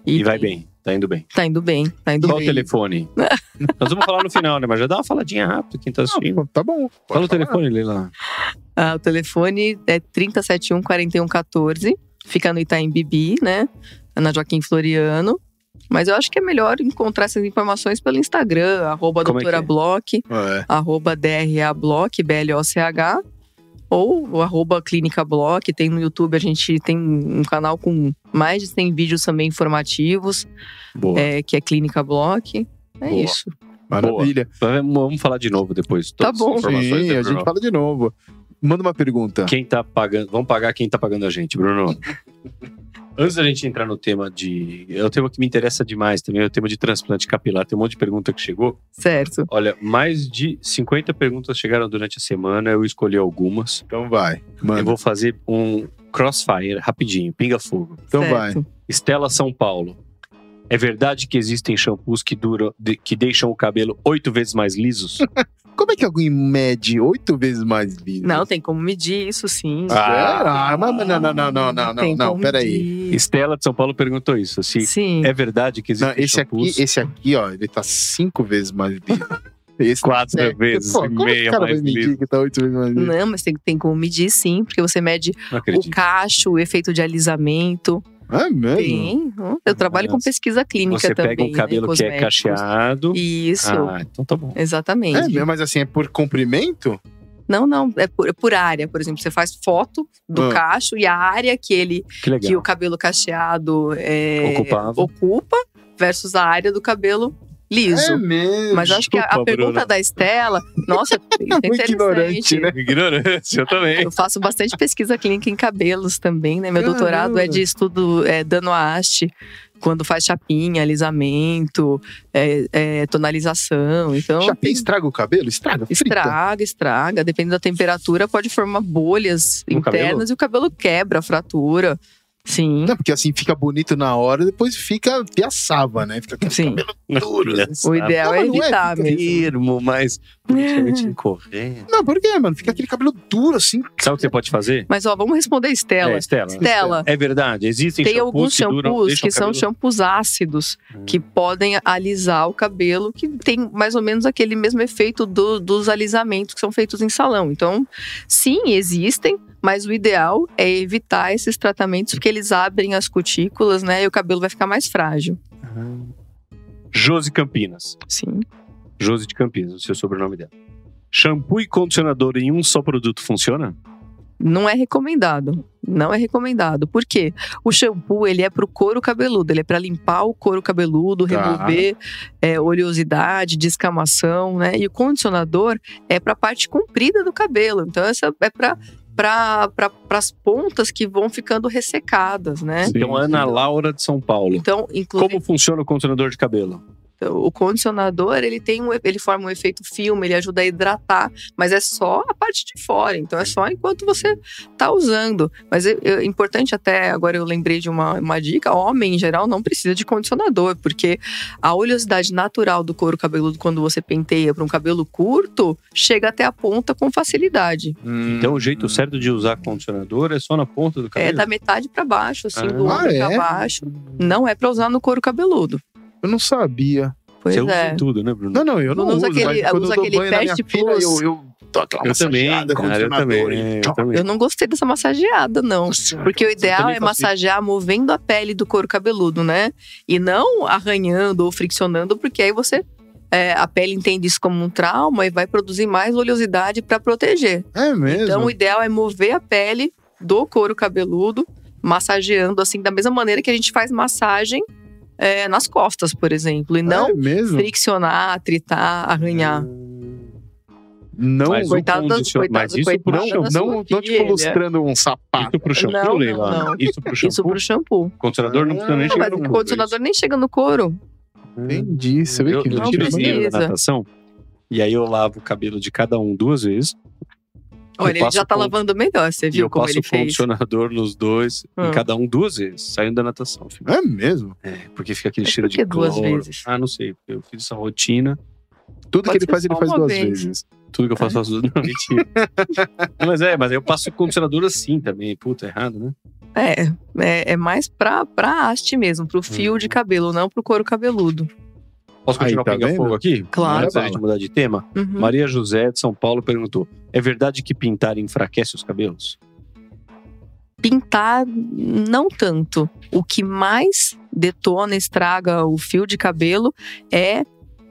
Speaker 3: E vai
Speaker 4: tem-
Speaker 3: bem, tá indo bem.
Speaker 4: Tá indo bem, tá indo
Speaker 3: Qual o
Speaker 4: bem.
Speaker 3: telefone? Nós vamos falar no final, né? Mas já dá uma faladinha rápida quem tá assistindo.
Speaker 2: Não, tá bom. pode
Speaker 3: Fala
Speaker 2: falar.
Speaker 3: o telefone, Leila.
Speaker 4: Ah, o telefone é 3071 4114. Fica no Itaim Bibi, né? Na Joaquim Floriano. Mas eu acho que é melhor encontrar essas informações pelo Instagram, arroba
Speaker 3: Como é que
Speaker 4: doutora
Speaker 3: é?
Speaker 4: Bloch,
Speaker 2: É.
Speaker 4: arroba DRA Bloch, B-L-O-C-H, ou o arroba Clínica Bloch. Tem no YouTube, a gente tem um canal com mais de 100 vídeos também informativos,
Speaker 3: Boa.
Speaker 4: é, que é Clínica Bloch. É
Speaker 3: Boa.
Speaker 4: isso.
Speaker 2: Maravilha.
Speaker 3: Vamos vamos falar de novo depois. todas
Speaker 4: Tá bom.
Speaker 3: as informações,
Speaker 2: Sim,
Speaker 3: né,
Speaker 2: a
Speaker 3: Bruno?
Speaker 2: gente fala de novo. Manda uma pergunta.
Speaker 3: Quem tá pagando. Vamos pagar quem tá pagando a gente, Bruno. Antes da gente entrar no tema de. É o tema que me interessa demais também, é o tema de transplante capilar. Tem um monte de pergunta que chegou.
Speaker 4: Certo.
Speaker 3: Olha, mais de 50 perguntas chegaram durante a semana, eu escolhi algumas.
Speaker 2: Então vai. Manda.
Speaker 3: Eu vou fazer um crossfire rapidinho, pinga fogo.
Speaker 2: Então vai.
Speaker 4: certo.
Speaker 3: Estela São Paulo. É verdade que existem shampoos que duram, de- que deixam o cabelo oito vezes mais lisos?
Speaker 2: Como é que alguém mede oito vezes mais liso?
Speaker 4: Não, tem como medir isso, sim.
Speaker 2: Ah, mas não, não, não, não, não, não,
Speaker 4: Tem
Speaker 2: não,
Speaker 4: como
Speaker 2: peraí.
Speaker 4: medir.
Speaker 3: Estela de São Paulo perguntou isso. Se
Speaker 4: Sim.
Speaker 3: é verdade que
Speaker 2: Não,
Speaker 3: existem
Speaker 2: esse aqui,
Speaker 3: shampoos
Speaker 2: esse aqui, ó, ele tá cinco vezes mais liso. Esse
Speaker 3: quatro
Speaker 2: é,
Speaker 3: vezes
Speaker 2: pô,
Speaker 3: e
Speaker 2: como é que o
Speaker 3: meia
Speaker 2: cara vai
Speaker 3: mais
Speaker 2: medir
Speaker 3: liso?
Speaker 2: que tá oito vezes mais liso?
Speaker 4: Não, né, mas tem, tem como medir sim, porque você mede
Speaker 3: Não
Speaker 4: o
Speaker 3: Uhum. acredito. Uhum.
Speaker 4: cacho, o efeito de alisamento.
Speaker 2: É mesmo?
Speaker 4: Tem. hum. Eu trabalho com
Speaker 3: Nossa.
Speaker 4: pesquisa clínica
Speaker 3: Você
Speaker 4: também.
Speaker 3: pega um
Speaker 4: né,
Speaker 3: cabelo que é
Speaker 4: cosméticos.
Speaker 3: cacheado.
Speaker 4: Isso,
Speaker 3: Ah, então tá bom.
Speaker 4: exatamente.
Speaker 2: É mesmo, mas assim, é por comprimento?
Speaker 4: Não, não, é por, é por área, por exemplo, você faz foto do
Speaker 2: Ah.
Speaker 4: cacho e a área que ele
Speaker 3: Que legal.
Speaker 4: que o cabelo cacheado é,
Speaker 3: Ocupava.
Speaker 4: ocupa versus a área do cabelo liso.
Speaker 2: É mesmo.
Speaker 4: Mas eu acho que a, a
Speaker 3: Desculpa,
Speaker 4: pergunta
Speaker 3: Bruna.
Speaker 4: da Estela, nossa, é interessante.
Speaker 2: ignorante, né?
Speaker 3: Ignorância, eu também.
Speaker 4: Eu faço bastante pesquisa clínica em cabelos também, né? Meu
Speaker 2: Caramba.
Speaker 4: doutorado é de estudo é, dano a haste, quando faz chapinha, alisamento, é, é, tonalização. Então,
Speaker 2: Chapinha estraga o cabelo? Estraga? Frita.
Speaker 4: estraga, estraga. Dependendo da temperatura, pode formar bolhas
Speaker 3: No cabelo?
Speaker 4: internas e o cabelo quebra, fratura. Sim,
Speaker 2: Não, porque assim fica bonito na hora, depois fica piaçava, né? Fica
Speaker 4: sim.
Speaker 3: Duro.
Speaker 4: O ideal
Speaker 2: Não,
Speaker 4: é
Speaker 2: mas não é
Speaker 4: evitar
Speaker 2: fica-
Speaker 4: mesmo. É.
Speaker 3: termo, mas politicamente incorreto.
Speaker 2: Não, por quê, mano? Fica aquele cabelo duro, assim.
Speaker 3: Sabe o que você pode fazer?
Speaker 4: Mas, ó, vamos responder a Estela.
Speaker 3: É, Estela.
Speaker 4: Estela,
Speaker 3: É verdade, existem
Speaker 4: tem
Speaker 3: shampoos
Speaker 4: alguns
Speaker 3: que duram,
Speaker 4: shampoos
Speaker 3: deixam
Speaker 4: que
Speaker 3: o
Speaker 4: são
Speaker 3: cabelo- Hum.
Speaker 4: shampoos ácidos que podem alisar o cabelo, que tem mais ou menos aquele mesmo efeito do- dos alisamentos que são feitos em salão. Então, sim, existem, mas o ideal é evitar esses tratamentos porque eles abrem as cutículas, né? E o cabelo vai ficar mais frágil.
Speaker 3: Josi Campinas.
Speaker 4: Sim.
Speaker 3: Josi de Campinas, o seu sobrenome dela. Shampoo e condicionador em um só produto funciona?
Speaker 4: Não é recomendado. Não é recomendado. Por quê? O shampoo, ele é pro couro cabeludo. Ele é para limpar o couro cabeludo,
Speaker 2: Tá.
Speaker 4: remover é, oleosidade, descamação, né? E o condicionador é pra parte comprida do cabelo. Então, essa é pra para as pontas que vão ficando ressecadas, né?
Speaker 2: Sim,
Speaker 3: então, Ana
Speaker 2: sim.
Speaker 3: Laura de São Paulo.
Speaker 4: Então, inclusive,
Speaker 3: Como funciona o condicionador de cabelo?
Speaker 4: o condicionador, ele tem um, ele forma um efeito filme, ele ajuda a hidratar, mas é só a parte de fora, então é só enquanto você tá usando. Mas é, é importante até, agora eu lembrei de uma, uma dica, homem em geral não precisa de condicionador, porque a oleosidade natural do couro cabeludo quando você penteia para um cabelo curto, chega até a ponta com facilidade.
Speaker 3: Então, o jeito certo de usar condicionador é só na ponta do
Speaker 4: Hum. É
Speaker 3: cabelo?
Speaker 4: da metade para baixo, assim, do
Speaker 3: Ah,
Speaker 4: ombro para
Speaker 2: é?
Speaker 4: baixo. Não é para usar no couro cabeludo.
Speaker 2: Eu não sabia.
Speaker 4: Pois
Speaker 3: Você usa
Speaker 4: é.
Speaker 3: em tudo, né, Bruno?
Speaker 2: Não, não, eu não,
Speaker 4: Não usa
Speaker 2: uso,
Speaker 4: aquele-
Speaker 2: mas quando
Speaker 4: usa
Speaker 2: eu dou
Speaker 4: aquele
Speaker 2: banho na minha
Speaker 4: Pest
Speaker 2: filha,
Speaker 4: Plus.
Speaker 2: eu, eu dou aquela
Speaker 3: eu também,
Speaker 2: massageada com
Speaker 3: cara, eu também.
Speaker 2: condicionador e
Speaker 3: é, eu
Speaker 2: tchau.
Speaker 3: também.
Speaker 4: Eu não gostei dessa massageada, não. Porque o ideal
Speaker 3: também
Speaker 4: é
Speaker 3: faço
Speaker 4: massagear movendo a pele do couro cabeludo, né? E não arranhando ou friccionando, porque aí você é, a pele entende isso como um trauma e vai produzir mais oleosidade para proteger.
Speaker 2: É mesmo?
Speaker 4: Então, o ideal é mover a pele do couro cabeludo, massageando assim, da mesma maneira que a gente faz massagem é, nas costas, por exemplo, e não
Speaker 2: é mesmo?
Speaker 4: friccionar, atritar, arranhar.
Speaker 2: Não,
Speaker 3: Mas
Speaker 2: não,
Speaker 3: o
Speaker 4: coitado das-
Speaker 3: condicion-
Speaker 4: coitado
Speaker 3: Mas
Speaker 4: do
Speaker 3: isso pro
Speaker 4: coitado
Speaker 3: shampoo.
Speaker 4: da
Speaker 2: não,
Speaker 4: sua
Speaker 2: não tipo
Speaker 4: filha.
Speaker 2: lustrando um sapato.
Speaker 3: É. Isso pro shampoo,
Speaker 4: Não, não,
Speaker 3: Leila.
Speaker 4: não.
Speaker 3: Isso pro shampoo.
Speaker 4: Isso pro shampoo.
Speaker 3: O condicionador não precisa nem
Speaker 2: Ah,
Speaker 4: Não,
Speaker 3: chegar
Speaker 4: mas
Speaker 3: no
Speaker 4: o
Speaker 3: couro,
Speaker 4: condicionador nem chega no couro.
Speaker 2: Entendi. Você vê
Speaker 3: Eu,
Speaker 2: que
Speaker 3: eu
Speaker 4: não
Speaker 3: tiro os
Speaker 4: precisa.
Speaker 3: meninos da natação e aí eu lavo o cabelo de cada um duas vezes. Eu
Speaker 4: Olha, ele
Speaker 3: passo
Speaker 4: já tá
Speaker 3: con-
Speaker 4: lavando melhor, você
Speaker 3: E eu
Speaker 4: viu como
Speaker 3: passo
Speaker 4: ele
Speaker 3: o
Speaker 4: fez.
Speaker 3: condicionador nos dois,
Speaker 4: Ah.
Speaker 3: em cada um duas vezes, saindo da natação. filho.
Speaker 2: É mesmo.
Speaker 3: É, porque fica aquele
Speaker 4: Mas
Speaker 3: cheiro
Speaker 4: por que
Speaker 3: de cloro.
Speaker 4: duas vezes?
Speaker 3: Ah, não sei. porque Eu fiz essa rotina.
Speaker 2: Tudo
Speaker 4: Pode
Speaker 2: que ele
Speaker 4: ser
Speaker 2: faz, ele
Speaker 4: só
Speaker 2: faz
Speaker 4: uma
Speaker 2: duas
Speaker 4: vez.
Speaker 2: vezes.
Speaker 3: Tudo que eu faço, faço duas. Não, mentira. mas é, mas eu passo o condicionador assim também. Puta, errado, né?
Speaker 4: É, é, é mais pra, pra haste mesmo, pro fio
Speaker 3: Uhum.
Speaker 4: de cabelo, não pro couro cabeludo.
Speaker 3: Posso
Speaker 2: Aí,
Speaker 3: continuar
Speaker 2: tá
Speaker 3: o pinga-fogo
Speaker 2: vendo?
Speaker 3: aqui?
Speaker 4: Claro.
Speaker 3: Antes da gente mudar de tema.
Speaker 4: Uhum.
Speaker 3: Maria José de São Paulo perguntou: É verdade que pintar enfraquece os cabelos?
Speaker 4: Pintar, não tanto. O que mais detona, estraga o fio de cabelo é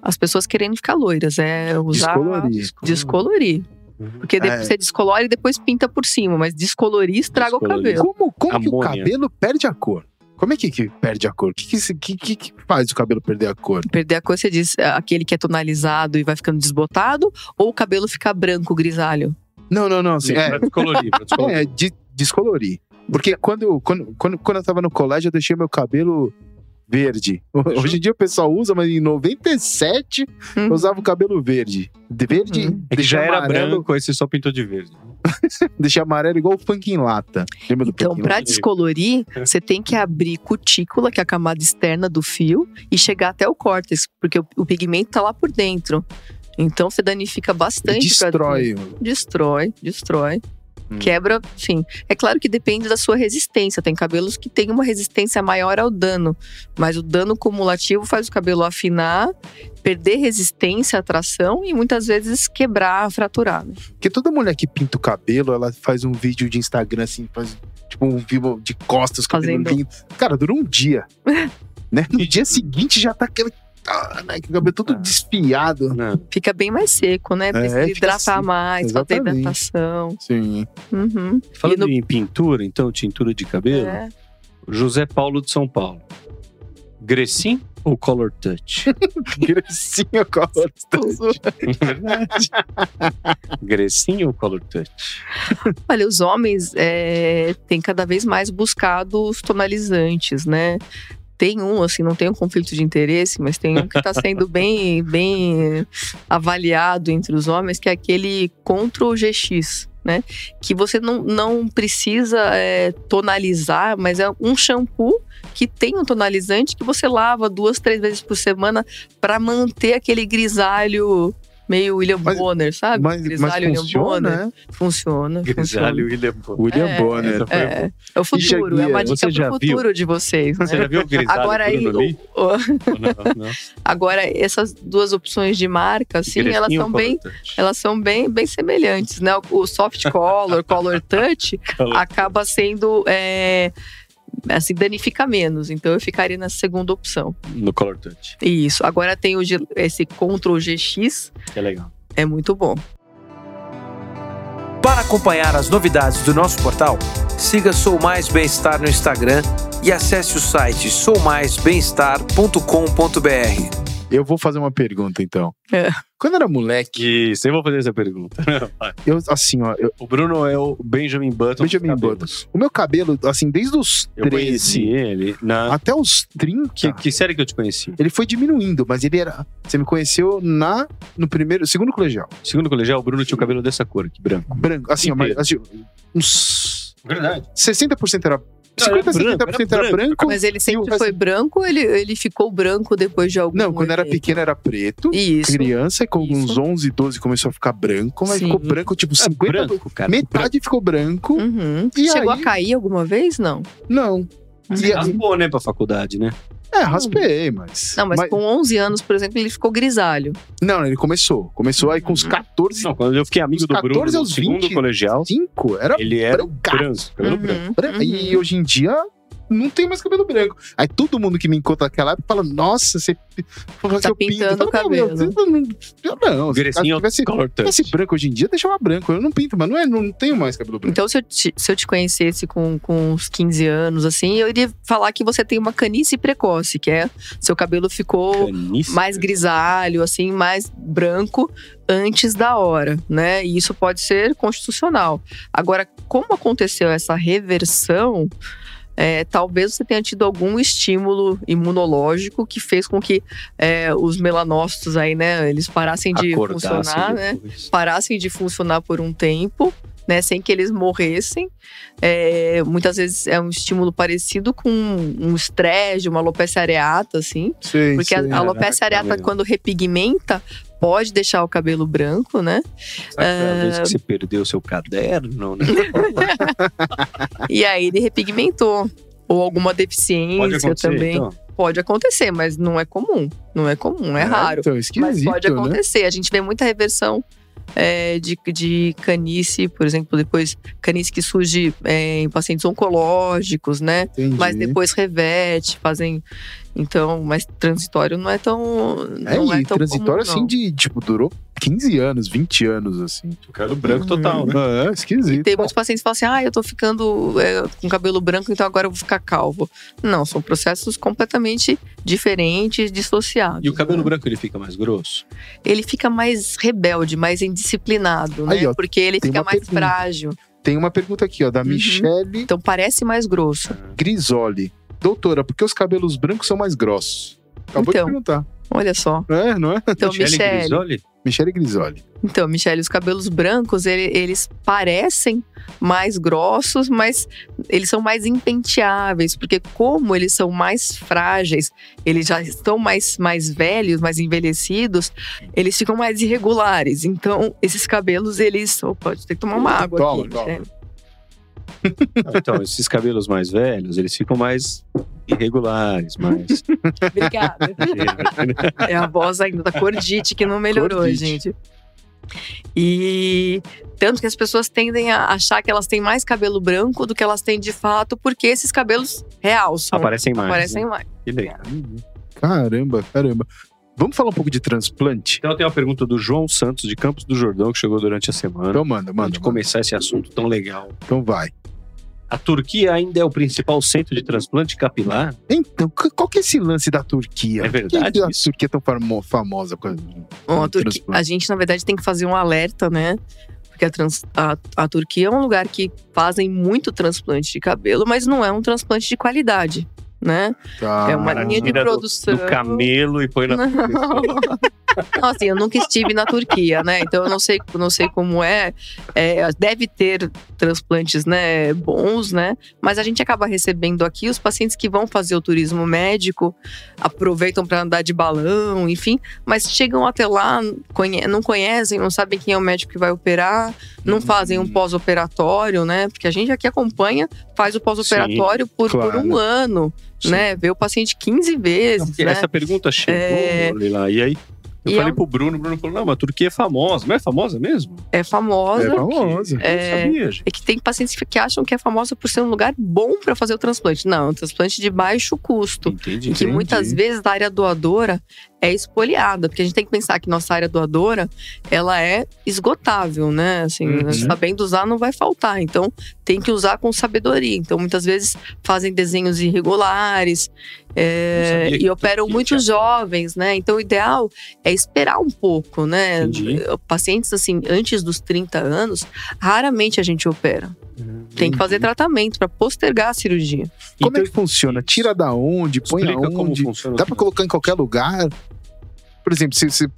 Speaker 4: as pessoas querendo ficar loiras, é usar.
Speaker 2: Descolorir.
Speaker 4: Descolorir. Porque de-
Speaker 2: É.
Speaker 4: você descolore e depois pinta por cima, mas descolorir estraga o
Speaker 3: Descolorir.
Speaker 4: cabelo.
Speaker 2: Como, como que o
Speaker 3: Amônia.
Speaker 2: cabelo perde a cor? Como é que, que perde a cor? O que que, se- que, que que faz o cabelo perder a cor?
Speaker 4: Perder a cor, você diz é, aquele que é tonalizado e vai ficando desbotado, ou o cabelo ficar branco, grisalho?
Speaker 2: Não, não, não. assim, é,
Speaker 3: Pra descolorir, pra descolorir.
Speaker 2: é de- descolorir. Porque quando, eu- quando, quando, quando eu tava no colégio, eu deixei meu cabelo verde. Hoje em dia o pessoal usa, mas em 97 eu
Speaker 4: Hum.
Speaker 2: usava o cabelo verde. De verde,
Speaker 4: Uhum.
Speaker 3: É que
Speaker 2: deixei
Speaker 3: já era
Speaker 2: amarelo,
Speaker 3: branco, aí você só pintou de verde.
Speaker 2: Deixei amarelo igual o funk em lata. Lembra do
Speaker 4: Então,
Speaker 2: funk em
Speaker 4: para
Speaker 3: lado.
Speaker 4: descolorir, você tem que abrir cutícula, que é a camada externa do fio, e chegar até o córtex, porque o, o pigmento tá lá por dentro. Então, você danifica
Speaker 2: Ele
Speaker 4: bastante. o cabelo.
Speaker 2: destrói. um.
Speaker 4: Destrói, destrói.
Speaker 2: Hum.
Speaker 4: Quebra, enfim. É claro que depende da sua resistência. Tem cabelos que têm uma resistência maior ao dano, mas o dano cumulativo faz o cabelo afinar, perder resistência à tração e muitas vezes quebrar, fraturar. né?
Speaker 2: Porque toda mulher que pinta o cabelo, ela faz um vídeo de Instagram, assim, faz tipo um vídeo de costas, cabelo
Speaker 4: Fazendo.
Speaker 2: lindo. Cara, dura um dia. né? No dia seguinte já tá aquele. Ah, né, que o cabelo todo
Speaker 3: Ah.
Speaker 2: desfiado.
Speaker 3: Não.
Speaker 4: Fica bem mais seco, né? Precisa
Speaker 2: É, fica
Speaker 4: hidratar
Speaker 2: seco.
Speaker 4: mais, falta
Speaker 2: Exatamente.
Speaker 4: hidratação.
Speaker 2: Sim.
Speaker 4: Uhum.
Speaker 3: Falando
Speaker 4: E no-
Speaker 3: em pintura, então, tintura de cabelo,
Speaker 4: É.
Speaker 3: José Paulo de São Paulo. Grecin ou Color Touch?
Speaker 2: Gracinha com a outra.
Speaker 3: Grecin ou Color Touch?
Speaker 4: Olha, os homens é, têm cada vez mais buscado os tonalizantes, né? Tem um, assim, não tem um conflito de interesse, mas tem um que está sendo bem, bem avaliado entre os homens, que é aquele Ctrl GX, né? Que você não, não precisa é, tonalizar, mas é um shampoo que tem um tonalizante que você lava duas, três vezes por semana para manter aquele grisalho meio William
Speaker 2: Mas-
Speaker 4: Bonner, sabe?
Speaker 2: Mas, mas
Speaker 4: grisalho Bonner.
Speaker 2: funciona, né?
Speaker 4: Funciona.
Speaker 3: Grisalho
Speaker 4: funciona.
Speaker 3: e Leopoldo.
Speaker 2: William
Speaker 4: É,
Speaker 3: né?
Speaker 2: Bonner.
Speaker 4: É, é o
Speaker 2: Ficha
Speaker 4: futuro, é uma
Speaker 2: guia.
Speaker 4: dica
Speaker 3: um Você já
Speaker 4: pro futuro de vocês. né?
Speaker 3: Você já viu o grisalho
Speaker 4: Agora aí,
Speaker 3: Bruno Lee?
Speaker 4: o- o-
Speaker 3: Não, não.
Speaker 4: agora essas duas opções de marca, assim,
Speaker 3: Grecin
Speaker 4: elas
Speaker 3: ou
Speaker 4: são
Speaker 3: Color
Speaker 4: bem,
Speaker 3: Touch?
Speaker 4: elas são bem, bem semelhantes, né? O soft color, color touch,
Speaker 3: Color-
Speaker 4: acaba sendo é, assim danifica menos. Então eu ficaria na segunda opção.
Speaker 3: No Color Touch.
Speaker 4: Isso. Agora tem o, G- esse Ctrl GX,
Speaker 3: Que é legal.
Speaker 4: é muito bom.
Speaker 5: Para acompanhar as novidades do nosso portal, siga Sou Mais Bem-Estar no Instagram e acesse o site soumaisbemestar.com.br.
Speaker 2: Eu vou fazer uma pergunta, então.
Speaker 4: É.
Speaker 2: Quando era moleque,
Speaker 3: Que eu vou fazer essa pergunta.
Speaker 2: eu, assim, ó, eu-
Speaker 3: O Bruno é o Benjamin Button. dos
Speaker 2: Benjamin
Speaker 3: cabelos.
Speaker 2: o meu cabelo, assim, desde os
Speaker 3: Eu conheci
Speaker 2: 13
Speaker 3: ele na.
Speaker 2: até os 30.
Speaker 3: Que, que série que eu te conheci?
Speaker 2: Ele foi diminuindo, mas ele era. Você me conheceu na no primeiro, segundo colegial.
Speaker 3: Segundo colegial, o Bruno tinha o cabelo dessa cor aqui, branco.
Speaker 2: Branco, assim, ó, mas, assim, uns
Speaker 3: Verdade.
Speaker 2: 60% era 50,
Speaker 3: era
Speaker 2: 70%
Speaker 3: branco,
Speaker 2: era branco.
Speaker 3: era branco.
Speaker 4: Mas ele sempre
Speaker 2: resto-
Speaker 4: foi branco, ou ele, ele ficou branco depois de algum
Speaker 2: Não, quando era
Speaker 4: evento?
Speaker 2: pequeno era preto.
Speaker 4: Isso.
Speaker 2: Criança, com
Speaker 4: Isso.
Speaker 2: uns 11, 12 começou a ficar branco, mas
Speaker 4: Sim.
Speaker 2: ficou branco tipo 50,
Speaker 3: É branco, cara.
Speaker 2: metade ficou branco.
Speaker 4: Uhum.
Speaker 2: E
Speaker 4: Chegou
Speaker 2: aí?
Speaker 4: a cair alguma vez? Não.
Speaker 3: Hum.
Speaker 2: Não. E
Speaker 3: Você
Speaker 2: aí-
Speaker 3: raspou, né, pra faculdade, né?
Speaker 2: é, raspei, mas
Speaker 4: Não, mas,
Speaker 2: mas-
Speaker 4: com 11 anos, por exemplo, ele ficou grisalho.
Speaker 2: Não, ele começou, começou aí com
Speaker 3: Hum.
Speaker 2: uns 14,
Speaker 3: Não, quando eu fiquei
Speaker 2: Dos
Speaker 3: amigo do Bruno
Speaker 2: 14
Speaker 3: no
Speaker 2: aos é
Speaker 3: segundo
Speaker 2: 20.
Speaker 3: colegial,
Speaker 2: 5, era
Speaker 3: ele era um
Speaker 2: brancaço.
Speaker 3: branco, cabelo branco.
Speaker 4: Uhum,
Speaker 2: Bran-
Speaker 4: uhum.
Speaker 2: E né? hoje em dia não tenho mais cabelo branco. Aí todo mundo que me encontra naquela época fala, nossa, você fala
Speaker 4: Tá
Speaker 2: que eu
Speaker 4: pintando
Speaker 2: pinto. Eu falo,
Speaker 4: o
Speaker 2: "Não, meu,
Speaker 4: cabelo."
Speaker 2: você não- eu não, se o cara
Speaker 3: Grecinho
Speaker 2: tivesse,
Speaker 3: color touch.
Speaker 2: tivesse branco hoje em dia, deixava branco. Eu não pinto, mas não, é, não tenho mais cabelo branco.
Speaker 4: Então, se eu te, se eu te conhecesse com, com uns 15 anos, assim, eu iria falar que você tem uma canice precoce, que é seu cabelo ficou
Speaker 3: Canice.
Speaker 4: mais grisalho, assim, mais branco antes da hora, né? E isso pode ser constitucional. Agora, como aconteceu essa reversão, é, talvez você tenha tido algum estímulo imunológico que fez com que é, os melanócitos aí, né, eles parassem de
Speaker 3: Acordassem
Speaker 4: funcionar, né?
Speaker 3: depois.
Speaker 4: parassem de funcionar por um tempo, né, sem que eles morressem. É, muitas vezes é um estímulo parecido com um estresse, uma alopecia areata, assim.
Speaker 2: Sim,
Speaker 4: Porque
Speaker 2: sim.
Speaker 4: a alopecia
Speaker 3: caraca,
Speaker 4: areata,
Speaker 3: mesmo.
Speaker 4: quando repigmenta, pode deixar o cabelo branco, né?
Speaker 3: Sabe aquela vez
Speaker 4: Ah.
Speaker 3: que você perdeu seu caderno, né?
Speaker 4: E aí ele repigmentou. Ou alguma deficiência também.
Speaker 3: então.
Speaker 4: Pode acontecer, mas não é comum. Não é comum, é raro.
Speaker 2: Então,
Speaker 4: Mas
Speaker 2: esquisito,
Speaker 4: pode
Speaker 2: né?
Speaker 4: acontecer. A gente vê muita reversão é, de, de canice, por exemplo, depois canice que surge é, em pacientes oncológicos, né?
Speaker 2: Entendi.
Speaker 4: Mas depois reverte, fazem. Então, mas transitório não é tão.
Speaker 2: É,
Speaker 4: não
Speaker 2: e
Speaker 4: tão
Speaker 2: transitório
Speaker 4: comum,
Speaker 2: assim
Speaker 4: não.
Speaker 2: de, tipo, durou 15 anos, 20 anos, assim.
Speaker 3: Cabelo branco total, né?
Speaker 2: É, esquisito.
Speaker 4: Uhum. Tem muitos pacientes que falam assim: ah, eu tô ficando é, com cabelo branco, então agora eu vou ficar calvo. Não, são processos completamente diferentes, dissociados.
Speaker 3: E o cabelo
Speaker 4: né?
Speaker 3: branco ele fica mais grosso?
Speaker 4: Ele fica mais rebelde, mais indisciplinado, né?
Speaker 2: Aí, ó,
Speaker 4: Porque ele
Speaker 2: tem
Speaker 4: fica
Speaker 2: uma
Speaker 4: mais
Speaker 2: pergunta.
Speaker 4: frágil.
Speaker 2: Tem uma pergunta aqui,
Speaker 4: Uhum.
Speaker 2: ó, da Michele
Speaker 4: Então parece mais grosso.
Speaker 2: Grisoli. Doutora, por que os cabelos brancos são mais grossos? Acabou
Speaker 4: Então.
Speaker 2: de perguntar.
Speaker 4: Olha só.
Speaker 2: É, não é?
Speaker 4: Então, Michele,
Speaker 3: Grisoli?
Speaker 2: Michele Grisoli.
Speaker 4: então, Michele, os cabelos brancos, ele- eles parecem mais grossos, mas eles são mais impenteáveis, porque como eles são mais frágeis, eles já estão mais, mais velhos, mais envelhecidos, eles ficam mais irregulares. Então, esses cabelos, eles. Opa, tem que tomar uma água
Speaker 2: Toma,
Speaker 4: aqui. né?
Speaker 2: toma.
Speaker 4: Michele.
Speaker 3: Ah, Então, esses cabelos mais velhos, eles ficam mais irregulares, mais.
Speaker 4: Obrigada. É a voz ainda da cordite que não melhorou,
Speaker 2: Cordite.
Speaker 4: gente. E tanto que as pessoas tendem a achar que elas têm mais cabelo branco do que elas têm de fato, porque esses cabelos realçam.
Speaker 3: Aparecem mais.
Speaker 4: Aparecem
Speaker 3: né?
Speaker 4: mais.
Speaker 3: Que legal.
Speaker 2: Caramba, caramba. Vamos falar um pouco de transplante?
Speaker 3: Então tem uma pergunta do João Santos, de Campos do Jordão, que chegou durante a semana.
Speaker 2: Então manda,
Speaker 3: Antes
Speaker 2: manda.
Speaker 3: de começar esse assunto tão legal.
Speaker 2: Então vai.
Speaker 3: A Turquia ainda é o principal centro de transplante capilar?
Speaker 2: Então, c- qual que é esse lance da Turquia?
Speaker 3: É
Speaker 2: Por
Speaker 3: verdade
Speaker 2: que a
Speaker 3: isso?
Speaker 2: Turquia é tão famo- famosa? por causa do-
Speaker 4: Bom, a,
Speaker 2: do
Speaker 4: Turqui-
Speaker 2: transplante?
Speaker 4: a gente, na verdade, tem que fazer um alerta, né? Porque a, trans- a- a Turquia é um lugar que fazem muito transplante de cabelo, mas não é um transplante de qualidade, né?
Speaker 2: Tá.
Speaker 4: é uma
Speaker 3: Ah,
Speaker 4: linha de
Speaker 3: tira do- do
Speaker 4: produção.
Speaker 3: Do camelo e põe na.
Speaker 4: Não, assim, eu nunca estive na Turquia, né? Então eu não sei, não sei como é. É, Deve ter transplantes, né, bons, né? Mas a gente acaba recebendo aqui os pacientes que vão fazer o turismo médico, aproveitam para andar de balão, enfim, mas chegam até lá, conhe- não conhecem, não sabem quem é o médico que vai operar, não
Speaker 2: Hum.
Speaker 4: fazem um pós-operatório, né? Porque a gente aqui acompanha, faz o pós-operatório por, por
Speaker 2: claro.
Speaker 4: um ano,
Speaker 2: Sim.
Speaker 4: né? Vê o paciente 15 vezes,
Speaker 3: Porque
Speaker 4: né?
Speaker 3: Essa pergunta chegou,
Speaker 4: É.
Speaker 3: olha lá, e aí. Eu
Speaker 4: E
Speaker 3: falei
Speaker 4: é um-
Speaker 3: pro Bruno, o Bruno falou: não, mas a Turquia é famosa, não é famosa mesmo?
Speaker 4: É famosa.
Speaker 2: É famosa.
Speaker 3: Eu não sabia, gente.
Speaker 4: É que tem pacientes que acham que é famosa por ser um lugar bom para fazer o transplante. Não, é um transplante de baixo custo.
Speaker 3: Entendi.
Speaker 4: E que muitas vezes a área doadora é espoliada, porque a gente tem que pensar que nossa área doadora ela é esgotável, né? Assim,
Speaker 2: Uhum.
Speaker 4: sabendo usar não vai faltar, então tem que usar com sabedoria. Então muitas vezes fazem desenhos irregulares é,
Speaker 3: Não sabia que
Speaker 4: e operam
Speaker 3: tinha
Speaker 4: muitos
Speaker 3: teatro.
Speaker 4: jovens, né? Então o ideal é esperar um pouco, né?
Speaker 3: Entendi.
Speaker 4: Pacientes assim antes dos 30 anos raramente a gente opera. Tem que fazer tratamento para postergar a cirurgia.
Speaker 2: Como é
Speaker 3: Então,
Speaker 2: que funciona? Tira da onde, põe
Speaker 3: explica como
Speaker 2: aonde?
Speaker 3: funciona.
Speaker 2: Dá pra colocar em qualquer lugar? Por exemplo, se você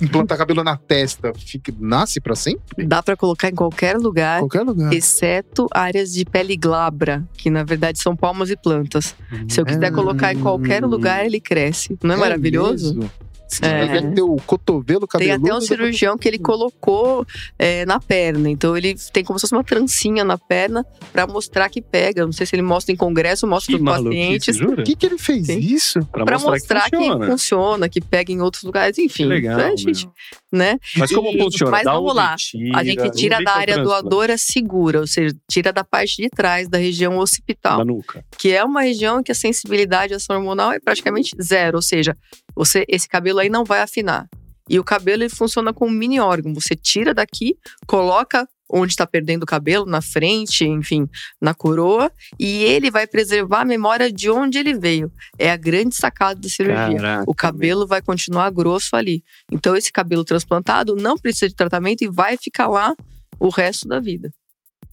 Speaker 2: implantar cabelo na testa, fica, nasce pra sempre?
Speaker 4: Dá para colocar em qualquer lugar.
Speaker 2: Qualquer lugar.
Speaker 4: exceto áreas de pele glabra, que na verdade são palmas e plantas. Se eu quiser
Speaker 2: Hum.
Speaker 4: colocar em qualquer lugar, ele cresce. Não é, maravilhoso?
Speaker 2: mesmo? Esse
Speaker 4: É.
Speaker 2: cara deve ter o cotovelo
Speaker 4: Tem
Speaker 2: cabeludo.
Speaker 4: até um cirurgião que ele colocou é, na perna. Então ele tem como se fosse uma trancinha na perna pra mostrar que pega. Eu Não sei se ele mostra em congresso, mostra para pacientes.
Speaker 3: jura?
Speaker 2: Por que, que ele fez
Speaker 4: Sim.
Speaker 2: isso?
Speaker 4: Pra mostrar, que, funciona. que
Speaker 3: funciona.
Speaker 4: pega em outros lugares, enfim.
Speaker 3: Que legal,
Speaker 4: Então, a gente, né?
Speaker 3: Mas como
Speaker 4: E-
Speaker 3: funciona?
Speaker 4: mas
Speaker 3: Dá
Speaker 4: vamos
Speaker 3: um
Speaker 4: lá.
Speaker 3: tira,
Speaker 4: a gente tira
Speaker 3: não
Speaker 4: da é área
Speaker 3: microtransplante.
Speaker 4: doadora segura, ou seja, tira da parte de trás da região occipital.
Speaker 3: Da nuca.
Speaker 4: que é uma região que a sensibilidade à ação hormonal é praticamente zero, ou seja, você esse cabelo aí não vai afinar. E o cabelo ele funciona como um mini órgão, você tira daqui, coloca onde está perdendo o cabelo, na frente, enfim, na coroa, e ele vai preservar a memória de onde ele veio. É a grande sacada da cirurgia. O cabelo vai continuar grosso ali. Então esse cabelo transplantado não precisa de tratamento e vai ficar lá o resto da vida.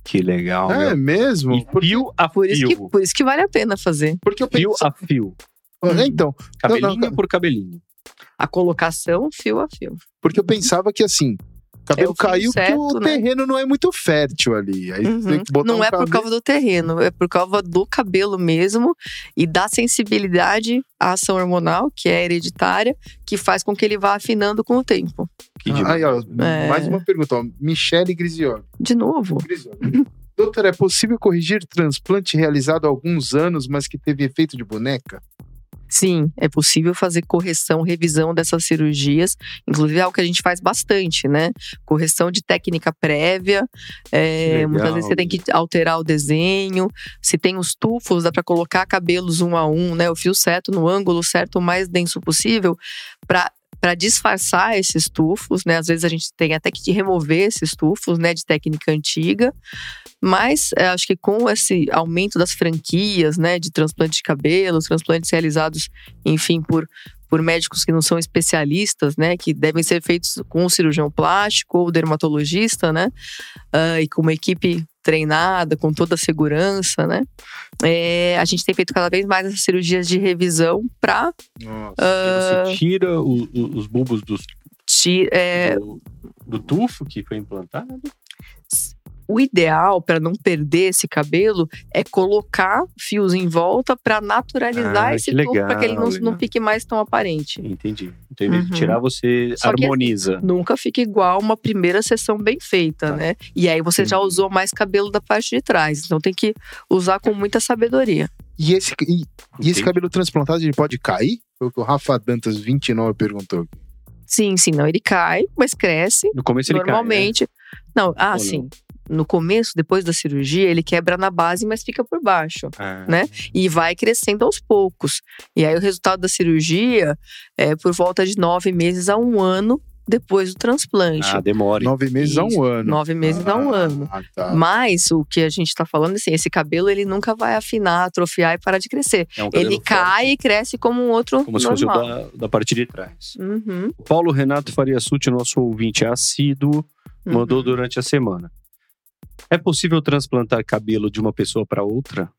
Speaker 3: Que legal.
Speaker 2: é
Speaker 3: meu.
Speaker 2: mesmo?
Speaker 3: E fio a
Speaker 4: Por isso, que,
Speaker 3: fio.
Speaker 4: por isso que vale a pena fazer.
Speaker 2: Porque eu
Speaker 3: Fio
Speaker 2: penso.
Speaker 3: a fio.
Speaker 2: É, Então,
Speaker 3: Cabelinho
Speaker 2: não,
Speaker 3: por cabelinho.
Speaker 4: A colocação fio a fio.
Speaker 2: porque eu pensava que assim. O cabelo
Speaker 4: É o fio
Speaker 2: caiu porque
Speaker 4: certo,
Speaker 2: o
Speaker 4: né?
Speaker 2: terreno não é muito fértil ali. Aí
Speaker 4: Uhum.
Speaker 2: você tem que botar
Speaker 4: Não
Speaker 2: um
Speaker 4: é por
Speaker 2: cabelo-
Speaker 4: causa do terreno, é por causa do cabelo mesmo e da sensibilidade à ação hormonal, que é hereditária, que faz com que ele vá afinando com o tempo.
Speaker 3: Que
Speaker 2: Ah, Aí, ó,
Speaker 4: É.
Speaker 2: mais uma pergunta. Ó. Michele Grisioli.
Speaker 4: De novo.
Speaker 2: Grisioli. Doutor, é possível corrigir transplante realizado há alguns anos, mas que teve efeito de boneca?
Speaker 4: Sim, é possível fazer correção, revisão dessas cirurgias, inclusive é algo que a gente faz bastante, né? Correção de técnica prévia, é,
Speaker 3: Legal.
Speaker 4: muitas vezes você tem que alterar o desenho, se tem os tufos, dá para colocar cabelos um a um, né? O fio certo no ângulo certo, o mais denso possível, para para disfarçar esses tufos, né? Às vezes a gente tem até que remover esses tufos, né? De técnica antiga. Mas eh, acho que com esse aumento das franquias, né, de transplante de cabelo, transplantes realizados, enfim, por, por médicos que não são especialistas, né, que devem ser feitos com o cirurgião plástico ou dermatologista, né, ah, e com uma equipe treinada, com toda a segurança, né, eh, a gente tem feito cada vez mais essas cirurgias de revisão para ah,
Speaker 2: Nossa.
Speaker 3: Você tira o- o- os bulbos dos-
Speaker 4: é,
Speaker 3: do, do tufo que foi implantado.
Speaker 4: o ideal para não perder esse cabelo é colocar fios em volta para naturalizar
Speaker 3: Ah,
Speaker 4: esse
Speaker 3: que
Speaker 4: tufo
Speaker 3: legal,
Speaker 4: para que ele não,
Speaker 3: legal.
Speaker 4: não fique mais tão aparente.
Speaker 3: Entendi. Então, em vez de
Speaker 4: Uhum.
Speaker 3: tirar, você
Speaker 4: Só que
Speaker 3: harmoniza.
Speaker 4: Nunca fica igual uma primeira sessão bem feita,
Speaker 3: Tá.
Speaker 4: né? E aí você já
Speaker 3: Entendi.
Speaker 4: usou mais cabelo da parte de trás, então tem que usar com muita sabedoria.
Speaker 2: E esse, e, e esse
Speaker 3: Entendi.
Speaker 2: cabelo transplantado, ele pode cair? Foi o que o Rafa Dantas, 29, perguntou.
Speaker 4: Sim, sim, não ele cai, mas cresce
Speaker 3: No começo ele cai, né?
Speaker 4: normalmente. Não, ah,
Speaker 3: Ou
Speaker 4: sim. No começo, depois da cirurgia, ele quebra na base, mas fica por baixo.
Speaker 3: Ah,
Speaker 4: né? e vai crescendo aos poucos. E aí o resultado da cirurgia é por volta de nove meses a um ano depois do transplante.
Speaker 3: Ah, demora.
Speaker 2: Nove meses a
Speaker 4: Isso.
Speaker 2: um ano.
Speaker 4: nove meses a um ano.
Speaker 2: Ah, tá.
Speaker 4: Mas o que a gente está falando é assim, esse cabelo ele nunca vai afinar, atrofiar e parar de crescer.
Speaker 3: É um cabelo
Speaker 4: Ele
Speaker 3: forte,
Speaker 4: cai e cresce como um outro
Speaker 3: Como se fosse o
Speaker 4: normal.
Speaker 3: da, da parte de trás.
Speaker 4: Uhum,
Speaker 3: O Paulo Renato Faria Sutti, nosso ouvinte assíduo,
Speaker 4: uhum.
Speaker 3: mandou durante a semana. É possível transplantar cabelo de uma pessoa para outra?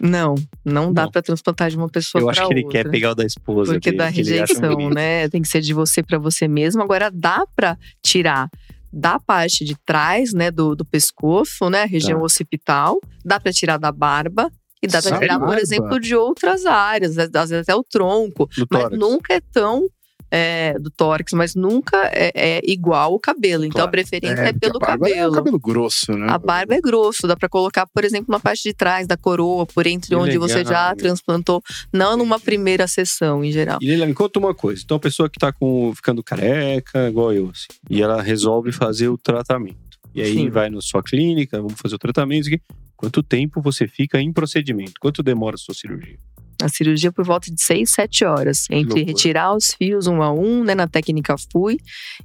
Speaker 4: Não, não dá
Speaker 3: Não.
Speaker 4: para transplantar de uma pessoa
Speaker 3: Eu
Speaker 4: para
Speaker 3: acho
Speaker 4: outra.
Speaker 3: que ele quer pegar o da esposa.
Speaker 4: Porque
Speaker 3: dele,
Speaker 4: dá
Speaker 3: que ele acha um
Speaker 4: rejeição,
Speaker 3: bonito.
Speaker 4: né? Tem que ser de você pra você mesmo. Agora dá pra tirar da parte de trás, né, do, do pescoço, né, a região
Speaker 3: Tá.
Speaker 4: occipital, dá pra tirar da barba e dá pra
Speaker 2: Sério?
Speaker 4: tirar, por
Speaker 2: Barba?
Speaker 4: exemplo, de outras áreas, né, às às vezes até o tronco,
Speaker 3: No
Speaker 4: mas
Speaker 3: tórax.
Speaker 4: nunca é tão é, do tórax, mas nunca é, é igual o cabelo. Então
Speaker 3: Claro.
Speaker 4: a preferência é,
Speaker 2: porque
Speaker 4: pelo
Speaker 2: a barba É um
Speaker 4: cabelo.
Speaker 2: cabelo grosso, né?
Speaker 4: A barba é grosso, dá pra colocar, por exemplo, na parte de trás da coroa, por entre
Speaker 3: Que
Speaker 4: onde você
Speaker 3: legal.
Speaker 4: já transplantou, não numa primeira sessão em geral.
Speaker 3: E Leila, me conta uma coisa. Então, a pessoa que tá com, ficando careca, igual eu, assim, e ela resolve fazer o tratamento. E aí
Speaker 4: Sim.
Speaker 3: vai na sua clínica, vamos fazer o tratamento. isso aqui. Quanto tempo você fica em procedimento? Quanto demora a sua cirurgia?
Speaker 4: A cirurgia por volta de 6, 7 horas. Entre
Speaker 3: loucura.
Speaker 4: retirar os fios um a um, né? Na técnica FUI,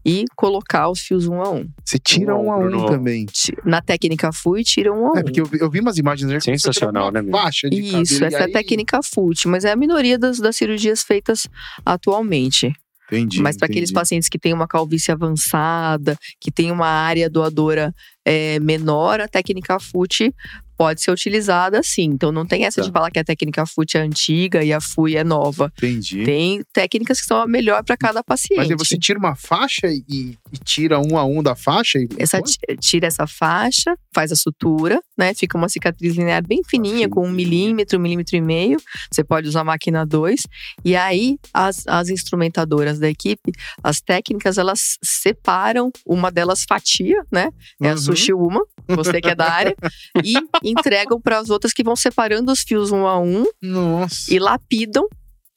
Speaker 4: e colocar os fios um a um.
Speaker 2: Você tira um a um
Speaker 3: Bruno.
Speaker 2: também.
Speaker 4: Ti- Na técnica FUI, tira um a um.
Speaker 2: É, porque eu vi, eu vi umas imagens. né, que você tira
Speaker 3: Sensacional,
Speaker 2: uma
Speaker 3: né, meu?
Speaker 2: Faixa de
Speaker 4: Isso,
Speaker 2: cabelo,
Speaker 4: essa
Speaker 2: e
Speaker 4: é a
Speaker 2: aí-
Speaker 4: técnica FUT, mas é a minoria das, das cirurgias feitas atualmente.
Speaker 2: Entendi.
Speaker 4: mas para aqueles
Speaker 2: entendi.
Speaker 4: pacientes que têm uma calvície avançada, que têm uma área doadora é, menor, a técnica FUT pode ser utilizada sim. Então não tem essa
Speaker 3: Tá.
Speaker 4: de falar que a técnica FUT é antiga e a FUI é nova.
Speaker 2: Entendi.
Speaker 4: Tem técnicas que são a melhor para cada paciente.
Speaker 2: Mas aí você tira uma faixa e, e tira um a um da faixa e.
Speaker 4: Essa,
Speaker 2: Pô,
Speaker 4: ti- tira essa faixa, faz a sutura, né? Fica uma cicatriz linear bem fininha,
Speaker 2: Assim,
Speaker 4: com um milímetro, um milímetro e meio. Você pode usar a máquina 2. E aí, as, as instrumentadoras da equipe, as técnicas, elas separam, uma delas fatia, né? É a
Speaker 2: Uhum.
Speaker 4: sushi uma, você que é da área, e entregam para as outras que vão separando os fios um a um
Speaker 2: Nossa.
Speaker 4: e lapidam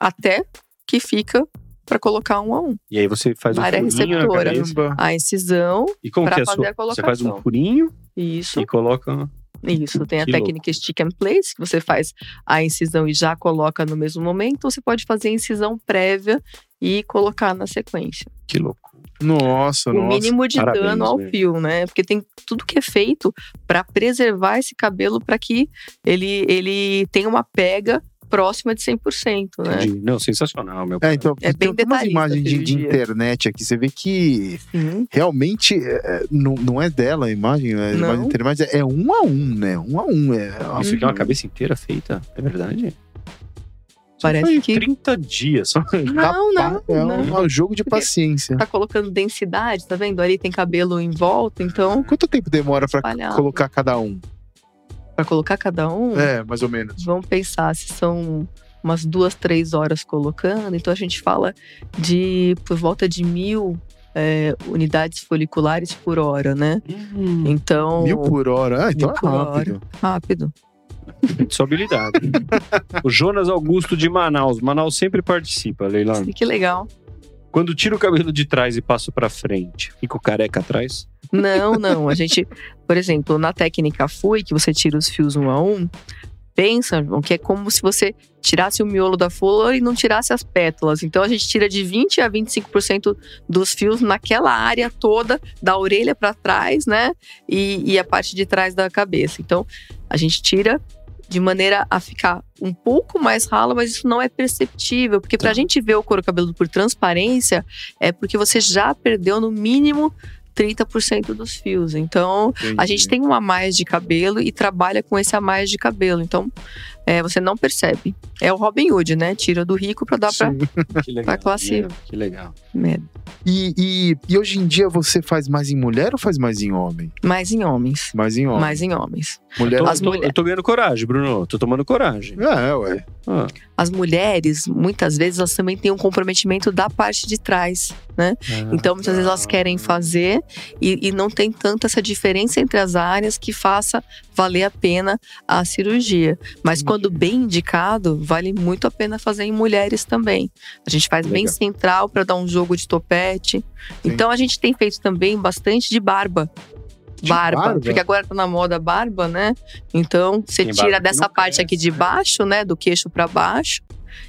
Speaker 4: até que fica para colocar um a um.
Speaker 3: E aí você faz um
Speaker 4: Área
Speaker 3: furinho na
Speaker 4: receptora.
Speaker 3: cabeça.
Speaker 2: Caramba.
Speaker 4: A incisão,
Speaker 3: E como
Speaker 4: Pra
Speaker 3: que é a
Speaker 4: fazer
Speaker 3: sua?
Speaker 4: a colocação.
Speaker 3: você faz um furinho
Speaker 4: isso.
Speaker 3: e coloca.
Speaker 4: Isso, tem a
Speaker 3: Que
Speaker 4: técnica
Speaker 3: loucura.
Speaker 4: stick and place, que você faz a incisão e já coloca no mesmo momento, ou você pode fazer a incisão prévia e colocar na sequência.
Speaker 3: Que louco.
Speaker 2: Nossa,
Speaker 4: o
Speaker 2: nossa.
Speaker 4: mínimo de
Speaker 3: parabéns,
Speaker 4: dano ao
Speaker 3: velho.
Speaker 4: fio, né? Porque tem tudo que é feito para preservar esse cabelo para que ele, ele tenha uma pega próxima de 100%, né?
Speaker 3: Entendi. Não, sensacional, meu.
Speaker 2: É, então,
Speaker 4: É bem
Speaker 2: tem umas
Speaker 4: detalhista
Speaker 2: imagens de, de
Speaker 4: cirurgia.
Speaker 2: internet aqui. Você vê que
Speaker 4: Sim.
Speaker 2: realmente é, é, não, não é dela a imagem, né? a
Speaker 4: Não.
Speaker 2: imagem da internet, mas é, é um a um, né? Um a um. É,
Speaker 3: Nossa, isso aqui é
Speaker 4: Uhum.
Speaker 3: uma cabeça inteira feita, é verdade? Isso
Speaker 4: Parece
Speaker 3: foi
Speaker 4: que-
Speaker 3: 30 dias. só.
Speaker 4: Não, não,
Speaker 2: é
Speaker 4: não.
Speaker 2: um, é um jogo de
Speaker 4: Porque-
Speaker 2: paciência.
Speaker 4: Tá colocando densidade, tá vendo? Ali tem cabelo em volta, então,
Speaker 2: Quanto tempo demora pra
Speaker 4: Espalhado.
Speaker 2: colocar cada um?
Speaker 4: para colocar cada um.
Speaker 2: É, mais ou menos.
Speaker 4: vamos pensar se são umas duas, três horas colocando. Então a gente fala de por volta de mil é, unidades foliculares por hora, né? Então
Speaker 2: Hum. Mil por hora. Ah, então
Speaker 4: Mil
Speaker 2: é
Speaker 4: por
Speaker 2: rápido.
Speaker 4: rápido.
Speaker 3: Sua habilidade. o Jonas Augusto de Manaus. Manaus sempre participa, Leilão.
Speaker 4: Que legal.
Speaker 3: Quando tiro o cabelo de trás e passo pra frente, fico careca atrás?
Speaker 4: Não, não. A gente, por exemplo, na técnica FUI, que você tira os fios um a um, pensa João, que é como se você tirasse o miolo da flor e não tirasse as pétalas. Então a gente tira de 20 a 25% dos fios naquela área toda, da orelha para trás, né? E, e a parte de trás da cabeça. Então a gente tira de maneira a ficar um pouco mais rala, mas isso não é perceptível, porque pra gente ver o couro cabeludo por transparência é porque você já perdeu no mínimo 30% dos fios. Então, a gente tem um a mais de cabelo e trabalha com esse a mais de cabelo. Então, é, você não percebe. É o Robin Hood, né? Tira do rico pra dar pra.
Speaker 2: Sim.
Speaker 3: Que
Speaker 4: Tá
Speaker 3: legal.
Speaker 4: classe-
Speaker 3: Que legal.
Speaker 4: né,
Speaker 2: E, e- e hoje em dia você faz mais em mulher ou faz mais em homem?
Speaker 4: Mais em homens.
Speaker 2: Mais em homem.
Speaker 4: Mais em homens.
Speaker 2: Mulher.
Speaker 3: Tô-
Speaker 4: As
Speaker 3: tô-
Speaker 4: mulher-
Speaker 3: eu tô ganhando coragem, Bruno. Tô tomando coragem.
Speaker 2: É, ué.
Speaker 3: Ah,
Speaker 4: As mulheres, muitas vezes, elas também têm um comprometimento da parte de trás.
Speaker 3: Ah,
Speaker 4: Então, muitas vezes elas querem fazer e, e não tem tanta essa diferença entre as áreas que faça valer a pena a cirurgia.
Speaker 3: Uhum.
Speaker 4: Mas quando bem indicado, vale muito a pena fazer em mulheres também. A gente faz bem
Speaker 3: Legal.
Speaker 4: central para dar um jogo de topete. Então a gente tem feito também bastante de barba.
Speaker 2: De
Speaker 4: barba,
Speaker 2: barba?
Speaker 4: porque agora tá na moda a barba, né? Então você
Speaker 3: Tem barba
Speaker 4: tira
Speaker 3: que
Speaker 4: dessa
Speaker 3: não
Speaker 4: parte aqui de baixo, né, do queixo para baixo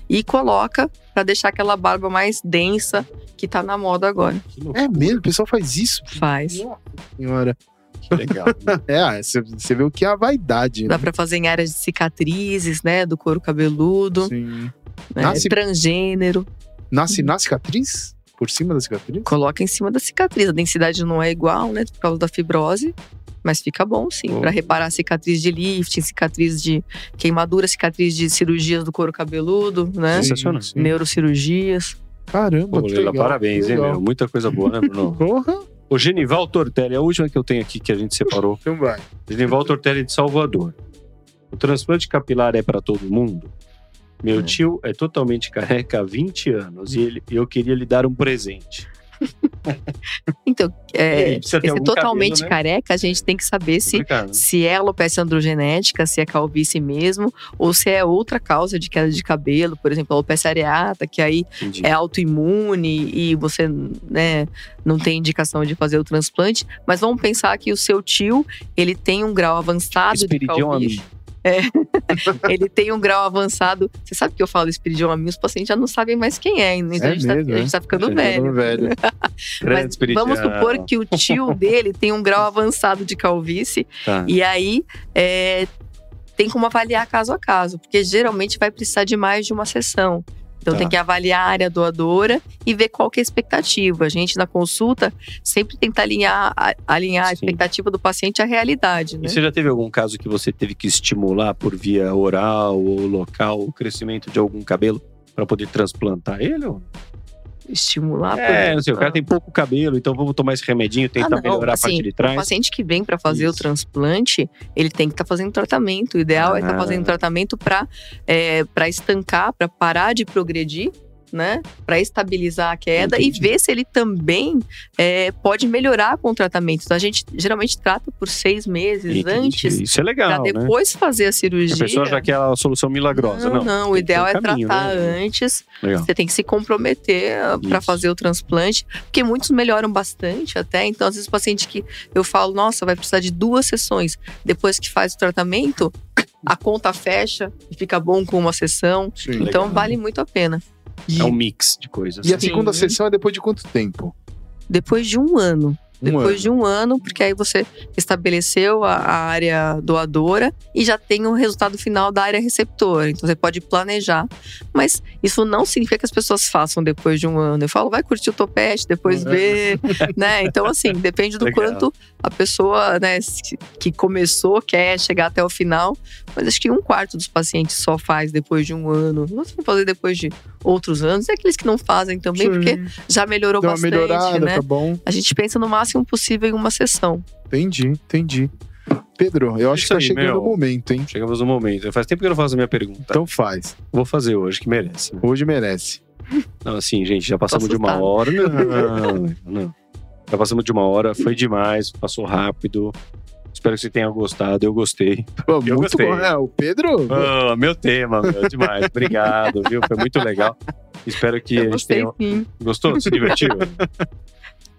Speaker 4: e coloca para deixar aquela barba mais densa que tá na moda agora.
Speaker 3: Que louco,
Speaker 2: É mesmo, o pessoal faz isso.
Speaker 4: Faz.
Speaker 3: Uhum.
Speaker 2: Senhora.
Speaker 3: que legal.
Speaker 4: Né?
Speaker 2: É, ah, você você vê o que é a vaidade, né?
Speaker 4: Dá pra fazer em áreas de cicatrizes, né, do couro cabeludo,
Speaker 2: Sim.
Speaker 4: né,
Speaker 2: Nasce-
Speaker 4: transgênero.
Speaker 2: Nasce
Speaker 4: Hum.
Speaker 2: na cicatriz? Por cima da cicatriz?
Speaker 4: Coloca em cima da cicatriz. A densidade não é igual, né, por causa da fibrose. Mas fica bom, sim,
Speaker 3: Bom.
Speaker 4: pra reparar cicatriz de lifting, cicatriz de queimadura, cicatriz de cirurgias do couro cabeludo, né?
Speaker 3: Sim. Sensacional.
Speaker 2: Sim.
Speaker 4: Neurocirurgias.
Speaker 2: Caramba,
Speaker 3: Pô,
Speaker 2: que
Speaker 3: Leila,
Speaker 2: legal,
Speaker 3: parabéns,
Speaker 2: que
Speaker 3: hein,
Speaker 2: legal.
Speaker 3: meu? Muita coisa boa, né, Bruno?
Speaker 2: Porra,
Speaker 3: O Genival Tortelli, a última que eu tenho aqui que a gente separou.
Speaker 2: então vai.
Speaker 3: Genival Tortelli de Salvador. O transplante capilar é pra todo mundo? Meu
Speaker 4: Hum.
Speaker 3: tio é totalmente careca há 20 anos e ele- eu queria lhe dar um presente.
Speaker 4: Então,
Speaker 3: E
Speaker 4: é,
Speaker 3: aí, precisa ter
Speaker 4: esse
Speaker 3: algum
Speaker 4: totalmente
Speaker 3: cabelo, né?
Speaker 4: careca, a gente tem que saber se
Speaker 3: Complicado, né?
Speaker 4: se é alopecia androgenética, se é calvície mesmo, ou se é outra causa de queda de cabelo, por exemplo, alopecia areata, que aí
Speaker 3: Entendi.
Speaker 4: é autoimune e você né, não tem indicação de fazer o transplante. Mas vamos pensar que o seu tio, ele tem um grau avançado
Speaker 3: Esperidion
Speaker 4: de calvície.
Speaker 3: amigo.
Speaker 4: Ele tem um grau avançado. Você sabe que eu falo esperidion amigo, os pacientes já não sabem mais quem é. Então
Speaker 2: É
Speaker 4: a, gente tá-
Speaker 2: mesmo,
Speaker 4: a
Speaker 2: é?
Speaker 4: gente tá ficando
Speaker 3: Ficando
Speaker 4: velho.
Speaker 2: velho.
Speaker 3: Grande
Speaker 4: Mas
Speaker 3: Esperidion.
Speaker 4: vamos supor que o tio dele tem um grau avançado de calvície
Speaker 3: Tá.
Speaker 4: e aí é, tem como avaliar caso a caso, porque geralmente vai precisar de mais de uma sessão. Então
Speaker 3: Tá.
Speaker 4: tem que avaliar a área doadora e ver qual que é a expectativa. A gente, na consulta, sempre tenta alinhar a, alinhar a
Speaker 3: Sim.
Speaker 4: expectativa do paciente à realidade, né?
Speaker 3: E você já teve algum caso que você teve que estimular por via oral ou local o crescimento de algum cabelo para poder transplantar ele? ou-
Speaker 4: Estimular.
Speaker 3: é,
Speaker 4: por-
Speaker 3: não sei, o cara tem pouco cabelo, então vamos tomar esse remedinho, tentar
Speaker 4: Ah, não,
Speaker 3: melhorar a
Speaker 4: assim,
Speaker 3: parte de
Speaker 4: O
Speaker 3: trás.
Speaker 4: paciente que vem para fazer
Speaker 3: Isso.
Speaker 4: o transplante, ele tem que estar fazendo tratamento. O ideal é estar
Speaker 3: Ah.
Speaker 4: fazendo tratamento para é, pra estancar, para parar de progredir, né? Para estabilizar a queda
Speaker 3: Entendi.
Speaker 4: e ver se ele também é, pode melhorar com o tratamento. Então a gente geralmente trata por seis meses
Speaker 3: Entendi.
Speaker 4: antes,
Speaker 3: Isso é
Speaker 4: para
Speaker 3: legal, né?
Speaker 4: depois fazer a cirurgia.
Speaker 3: A pessoa já quer a solução milagrosa. Não,
Speaker 4: não, não, o
Speaker 3: tem que ter
Speaker 4: ideal
Speaker 3: um
Speaker 4: é
Speaker 3: caminho,
Speaker 4: tratar
Speaker 3: né?
Speaker 4: antes
Speaker 3: Legal.
Speaker 4: você tem que se comprometer para
Speaker 3: Isso.
Speaker 4: fazer o transplante, porque muitos melhoram bastante até. Então, às vezes, o paciente que eu falo, nossa, vai precisar de duas sessões. Depois que faz o tratamento, a conta fecha e fica bom com uma sessão.
Speaker 2: Sim.
Speaker 3: Legal.
Speaker 4: Então, vale muito a pena.
Speaker 2: E,
Speaker 3: É um mix de coisas.
Speaker 2: e a
Speaker 4: Sim.
Speaker 2: segunda sessão é depois de quanto tempo?
Speaker 4: Depois de um ano.
Speaker 2: Um
Speaker 4: Depois
Speaker 2: ano.
Speaker 4: de um ano, porque aí você estabeleceu a, a área doadora e já tem o resultado final da área receptora. Então você pode planejar. Mas isso não significa que as pessoas façam depois de um ano. Eu falo, vai curtir o topete, depois
Speaker 2: É.
Speaker 4: vê. né? Então, assim, depende do
Speaker 3: Legal.
Speaker 4: quanto a pessoa né, se- que começou quer chegar até o final. Mas acho que um quarto dos pacientes só faz depois de um ano. Não se for fazer depois de outros anos. E aqueles que não fazem também, um porque
Speaker 2: Sim.
Speaker 4: já melhorou
Speaker 2: Deu uma
Speaker 4: bastante,
Speaker 2: melhorada,
Speaker 4: né?
Speaker 2: tá bom?
Speaker 4: A gente pensa no máximo possível em uma sessão.
Speaker 2: Entendi, entendi. Pedro, eu acho
Speaker 3: Isso
Speaker 2: que tá
Speaker 3: aí,
Speaker 2: chegando
Speaker 3: meu.
Speaker 2: o momento, hein?
Speaker 3: Chegamos no momento. Faz tempo que eu não faço a minha pergunta.
Speaker 2: Então faz.
Speaker 3: Vou fazer hoje, que merece. né?
Speaker 2: Hoje merece.
Speaker 3: Não, assim, gente, já passamos de uma
Speaker 4: assustada.
Speaker 3: hora. Não, não. Já passamos de uma hora, foi demais, passou rápido. Espero que você tenha gostado, eu gostei.
Speaker 2: Pô,
Speaker 3: Eu
Speaker 2: muito
Speaker 3: gostei.
Speaker 2: bom. É, o Pedro.
Speaker 3: Ah, meu tema, meu, demais. Obrigado, viu? Foi muito legal. Espero que a
Speaker 4: Eu
Speaker 3: gente
Speaker 4: gostei,
Speaker 3: tenha.
Speaker 4: sim.
Speaker 3: Gostou? Se divertiu?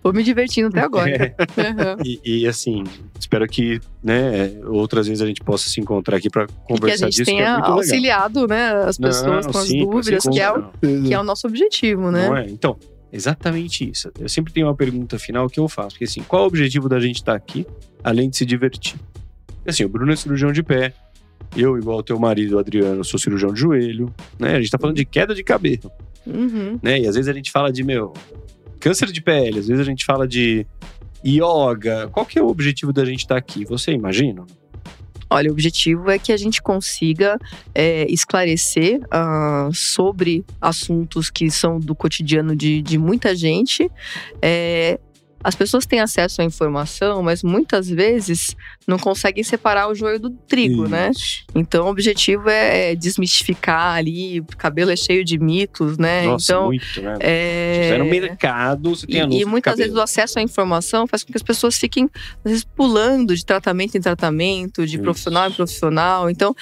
Speaker 4: Tô me divertindo até agora.
Speaker 3: É, e, e, assim, espero que né, outras vezes a gente possa se encontrar aqui para
Speaker 4: E que a
Speaker 3: conversar
Speaker 4: gente
Speaker 3: disso. que é
Speaker 4: tenha
Speaker 3: muito legal.
Speaker 4: auxiliado né, as pessoas
Speaker 3: Não,
Speaker 4: com as
Speaker 3: sim,
Speaker 4: dúvidas,
Speaker 3: sim,
Speaker 4: que é, o,
Speaker 3: não,
Speaker 4: que é o nosso objetivo, né?
Speaker 3: não é? Então, exatamente isso. Eu sempre tenho uma pergunta final que eu faço, porque assim, qual é o objetivo da gente estar aqui, além de se divertir? E, assim, o Bruno é cirurgião de pé, eu, igual ao teu marido, o Adriano, sou cirurgião de joelho, né? A gente tá falando de queda de cabelo,
Speaker 4: Uhum.
Speaker 3: né? E às vezes a gente fala de, meu, câncer de pele, às vezes a gente fala de yoga. Qual que é o objetivo da gente estar aqui? Você imagina?
Speaker 4: Olha, o objetivo é que a gente consiga é, esclarecer ah, sobre assuntos que são do cotidiano de, de muita gente. É, as pessoas têm acesso à informação, mas muitas vezes não conseguem separar o joio do trigo, né?
Speaker 3: Isso.
Speaker 4: Então, o objetivo é, é desmistificar ali, o cabelo é cheio de mitos, né?
Speaker 3: Nossa,
Speaker 4: então,
Speaker 3: muito, né?
Speaker 4: é...
Speaker 3: Você é no mercado, você tem
Speaker 4: E,
Speaker 3: anúncio
Speaker 4: e
Speaker 3: de
Speaker 4: muitas
Speaker 3: cabelo.
Speaker 4: vezes o acesso à informação faz com que as pessoas fiquem, às vezes, pulando de tratamento em tratamento, de
Speaker 3: Isso.
Speaker 4: profissional em profissional. Então,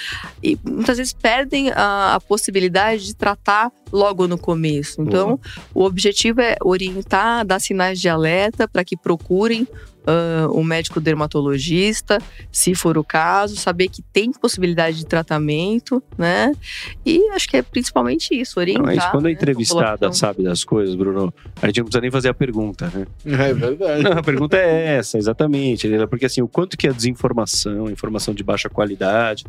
Speaker 4: e muitas vezes perdem a, a possibilidade de tratar logo no começo. Então, o objetivo é orientar, dar sinais de alerta para que procurem ah, um médico dermatologista, se for o caso, saber que tem possibilidade de tratamento, né? E acho que é principalmente isso, orientar.
Speaker 3: Não, é isso. Quando a
Speaker 4: né,
Speaker 3: entrevistada
Speaker 4: população.
Speaker 3: sabe das coisas, Bruno, a gente não precisa nem fazer a pergunta, né?
Speaker 2: É verdade.
Speaker 3: Não, a pergunta é essa, exatamente. entendeu? Porque assim, o quanto que a desinformação, a informação de baixa qualidade,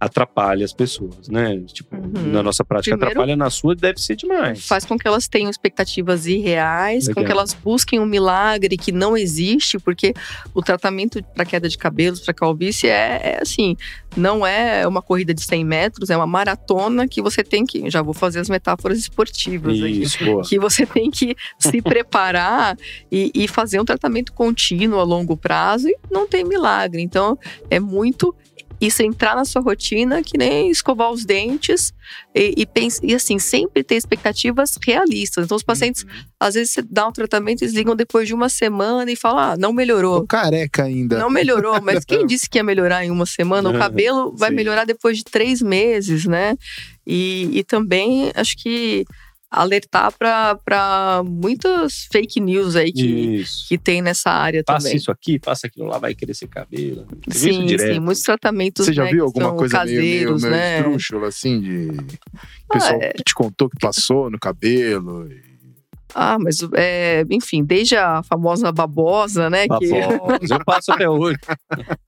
Speaker 3: atrapalha as pessoas, né? Tipo,
Speaker 4: Uhum.
Speaker 3: na nossa prática
Speaker 4: Primeiro-
Speaker 3: atrapalha, na sua deve ser demais.
Speaker 4: faz com que elas tenham expectativas irreais,
Speaker 3: Legal.
Speaker 4: com que elas busquem um milagre que não existe, porque o tratamento para queda de cabelos, para calvície, é, é assim, não é uma corrida de 100 metros, é uma maratona que você tem que. Já vou fazer as metáforas esportivas aqui
Speaker 3: Isso, boa.
Speaker 4: que você tem que se preparar e, e fazer um tratamento contínuo a longo prazo e não tem milagre. Então, é muito isso entrar na sua rotina que nem escovar os dentes e, e, pens- e, assim, sempre ter expectativas realistas. Então, os pacientes,
Speaker 2: Uhum.
Speaker 4: às vezes, você dá um tratamento, eles ligam depois de uma semana e falam, ah, não melhorou.
Speaker 2: Tô careca ainda.
Speaker 4: Não melhorou, mas quem disse que ia melhorar em uma semana? O cabelo vai
Speaker 3: Sim.
Speaker 4: melhorar depois de três meses, né? E, e também acho que alertar para muitas fake news aí que,
Speaker 3: Isso.
Speaker 4: que tem nessa área
Speaker 3: Passa
Speaker 4: também.
Speaker 3: isso aqui, passa aquilo lá, vai crescer cabelo. Você vê isso
Speaker 4: Sim,
Speaker 3: direto.
Speaker 4: sim, muitos tratamentos
Speaker 2: Você já
Speaker 4: né,
Speaker 2: viu
Speaker 4: que
Speaker 2: alguma
Speaker 4: são
Speaker 2: coisa
Speaker 4: caseiros,
Speaker 2: meio, meio, meio
Speaker 4: né?
Speaker 2: esdrúxula, assim, de. O pessoal
Speaker 4: é.
Speaker 2: te contou que passou no cabelo. e-
Speaker 4: Ah, mas é, enfim, desde a famosa babosa, né?
Speaker 3: Tá
Speaker 4: Que
Speaker 3: Babosa. Eu passo até hoje.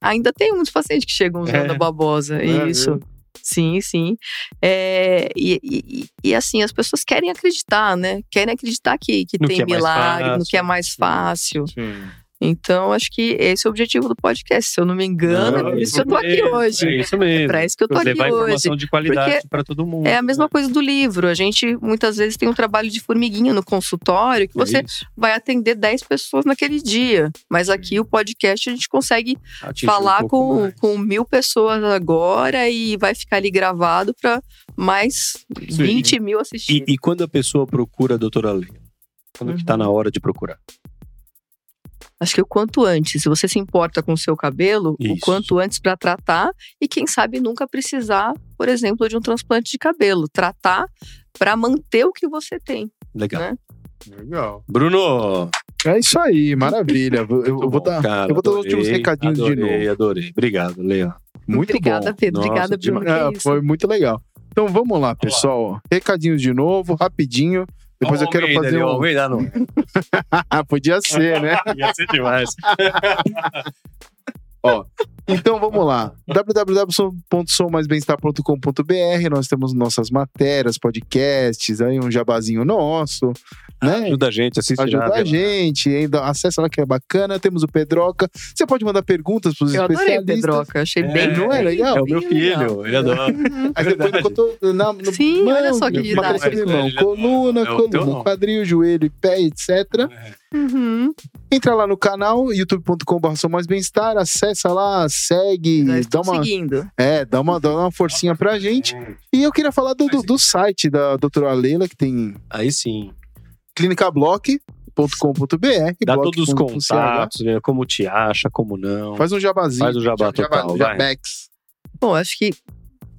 Speaker 4: ainda tem muitos pacientes que chegam usando
Speaker 3: É.
Speaker 4: a babosa.
Speaker 2: É,
Speaker 4: isso. Sim, sim. É, e, e- e- e, assim, as pessoas querem acreditar, né? Querem acreditar que, que
Speaker 3: No
Speaker 4: tem
Speaker 3: que é mais
Speaker 4: milagre, no
Speaker 3: fácil.
Speaker 4: que é mais fácil.
Speaker 3: Sim.
Speaker 4: Então, acho que esse é o objetivo do podcast. Se eu não me engano, é
Speaker 3: Não,
Speaker 4: por isso
Speaker 3: isso
Speaker 4: que eu tô aqui
Speaker 3: mesmo,
Speaker 4: hoje.
Speaker 3: É isso mesmo.
Speaker 4: Pra isso que eu tô aqui
Speaker 3: Levar informação de qualidade
Speaker 4: porque
Speaker 3: pra todo mundo.
Speaker 4: É a mesma coisa do livro. A gente muitas vezes tem um trabalho de formiguinha no consultório que
Speaker 3: né?
Speaker 4: você
Speaker 3: É isso.
Speaker 4: vai atender 10 pessoas naquele dia. Mas aqui o podcast a gente consegue
Speaker 3: Atingir um
Speaker 4: falar
Speaker 3: pouco
Speaker 4: com,
Speaker 3: mais.
Speaker 4: com mil pessoas agora e vai ficar ali gravado para mais
Speaker 3: Sim.
Speaker 4: 20 mil
Speaker 3: E,
Speaker 4: assistir.
Speaker 3: e quando a pessoa procura a doutora Leila? Quando que
Speaker 4: Uhum.
Speaker 3: tá na hora de procurar?
Speaker 4: Acho que o quanto antes, se você se importa com o seu cabelo, o
Speaker 3: Isso.
Speaker 4: quanto antes para tratar e quem sabe nunca precisar, por exemplo, de um transplante de cabelo, tratar para manter o que você tem.
Speaker 3: Legal.
Speaker 4: Né?
Speaker 2: Legal.
Speaker 3: Bruno!
Speaker 2: É isso aí, maravilha. Eu, eu
Speaker 3: muito
Speaker 2: vou
Speaker 3: bom,
Speaker 2: dar,
Speaker 3: cara,
Speaker 2: eu vou dar os
Speaker 3: adorei,
Speaker 2: últimos recadinhos
Speaker 3: adorei,
Speaker 2: de novo.
Speaker 3: Adorei, obrigado, Leila.
Speaker 2: Muito
Speaker 4: obrigada,
Speaker 2: bom.
Speaker 4: Pedro.
Speaker 3: Nossa,
Speaker 4: obrigada, Bruno.
Speaker 3: demais.
Speaker 4: que
Speaker 2: É,
Speaker 4: isso.
Speaker 2: foi muito legal. Então vamos lá, pessoal. Recadinhos de novo, rapidinho. Depois eu quero fazer um.
Speaker 3: Almeida, não.
Speaker 2: Ah, podia ser, né?
Speaker 3: Ia ser demais.
Speaker 2: Então vamos lá. www.sommaisbemestar.com.br Nós temos nossas matérias, podcasts, aí um jabazinho nosso, né?
Speaker 3: Ajuda a gente, assiste
Speaker 2: Ajuda
Speaker 3: lá,
Speaker 2: a gente, ainda acessa lá que é bacana. Temos o Pedroca. Você pode mandar perguntas para os
Speaker 4: Eu adorei
Speaker 2: especialistas.
Speaker 4: o Pedroca, achei bem.
Speaker 2: Não é legal?
Speaker 3: É o meu
Speaker 4: Bem
Speaker 3: filho,
Speaker 4: legal.
Speaker 3: ele adora.
Speaker 2: Aí depois
Speaker 3: Verdade.
Speaker 2: eu tô na, no
Speaker 4: Sim, olha só que
Speaker 2: uma coisa
Speaker 4: didático.
Speaker 2: de mão,
Speaker 3: Já-
Speaker 2: coluna,
Speaker 3: é o teu
Speaker 2: coluna,
Speaker 3: nome. É.
Speaker 2: quadril, joelho, pé, etc.
Speaker 4: Uhum.
Speaker 2: Entra lá no canal, youtube.com.br, Sou mais bem-estar, acessa lá, segue,
Speaker 4: Já
Speaker 2: dá
Speaker 4: estou
Speaker 2: uma,
Speaker 4: seguindo.
Speaker 2: é, dá, uma, dá uma forcinha pra gente. E eu queria falar do, do, do site da doutora Leila, que tem
Speaker 3: Aí sim.
Speaker 2: clinicablock.com.br.
Speaker 3: Dá todos os
Speaker 2: block com- com CH.
Speaker 3: contatos, né, como te acha, como não.
Speaker 2: Faz um jabazinho.
Speaker 3: Faz o jabá total, vai.
Speaker 2: jabex.
Speaker 4: Bom, acho que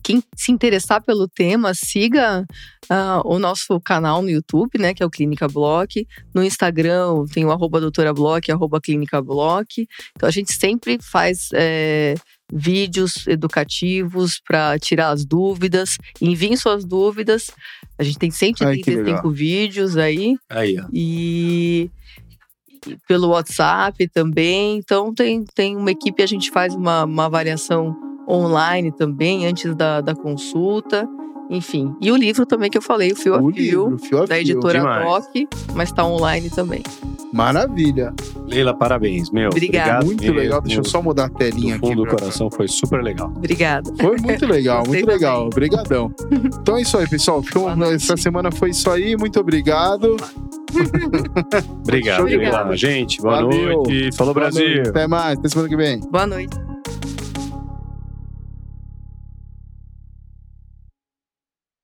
Speaker 4: quem se interessar pelo tema, siga ah, o nosso canal no YouTube, né? Que é o Clínica Block. No Instagram tem o arroba doutora Block, arroba Clínica Block. Então a gente sempre faz eh, vídeos educativos para tirar as dúvidas. Enviem suas dúvidas. A gente tem
Speaker 2: Ai, que
Speaker 4: 135 vídeos aí.
Speaker 3: Aí, ó.
Speaker 4: e e pelo WhatsApp também. Então tem, tem uma equipe, a gente faz uma, uma avaliação online também, antes da, da consulta. Enfim. E o livro também que eu falei, o Fio a
Speaker 2: O
Speaker 4: Fio,
Speaker 2: livro, fio a
Speaker 4: da
Speaker 2: fio.
Speaker 4: editora
Speaker 3: demais.
Speaker 4: Doc, mas tá online também.
Speaker 2: Maravilha.
Speaker 3: Leila, parabéns, meu.
Speaker 4: Obrigada.
Speaker 3: Obrigado
Speaker 2: muito
Speaker 3: mesmo.
Speaker 2: legal. Deixa eu só mudar a
Speaker 3: Do
Speaker 2: telinha aqui.
Speaker 3: fundo do
Speaker 2: pra-
Speaker 3: coração, foi super legal.
Speaker 4: Obrigada.
Speaker 2: Foi muito legal,
Speaker 4: Gostei
Speaker 2: muito
Speaker 4: também.
Speaker 2: legal. Obrigadão. Então é isso aí, pessoal. Então,
Speaker 4: Boa noite.
Speaker 2: essa semana foi isso aí. Muito obrigado.
Speaker 3: Obrigado,
Speaker 2: Show de
Speaker 3: Leila.
Speaker 4: bola.
Speaker 3: Gente, boa
Speaker 2: Valeu.
Speaker 3: noite. Falou, Brasil.
Speaker 2: Até mais. Até semana que vem.
Speaker 4: Boa noite.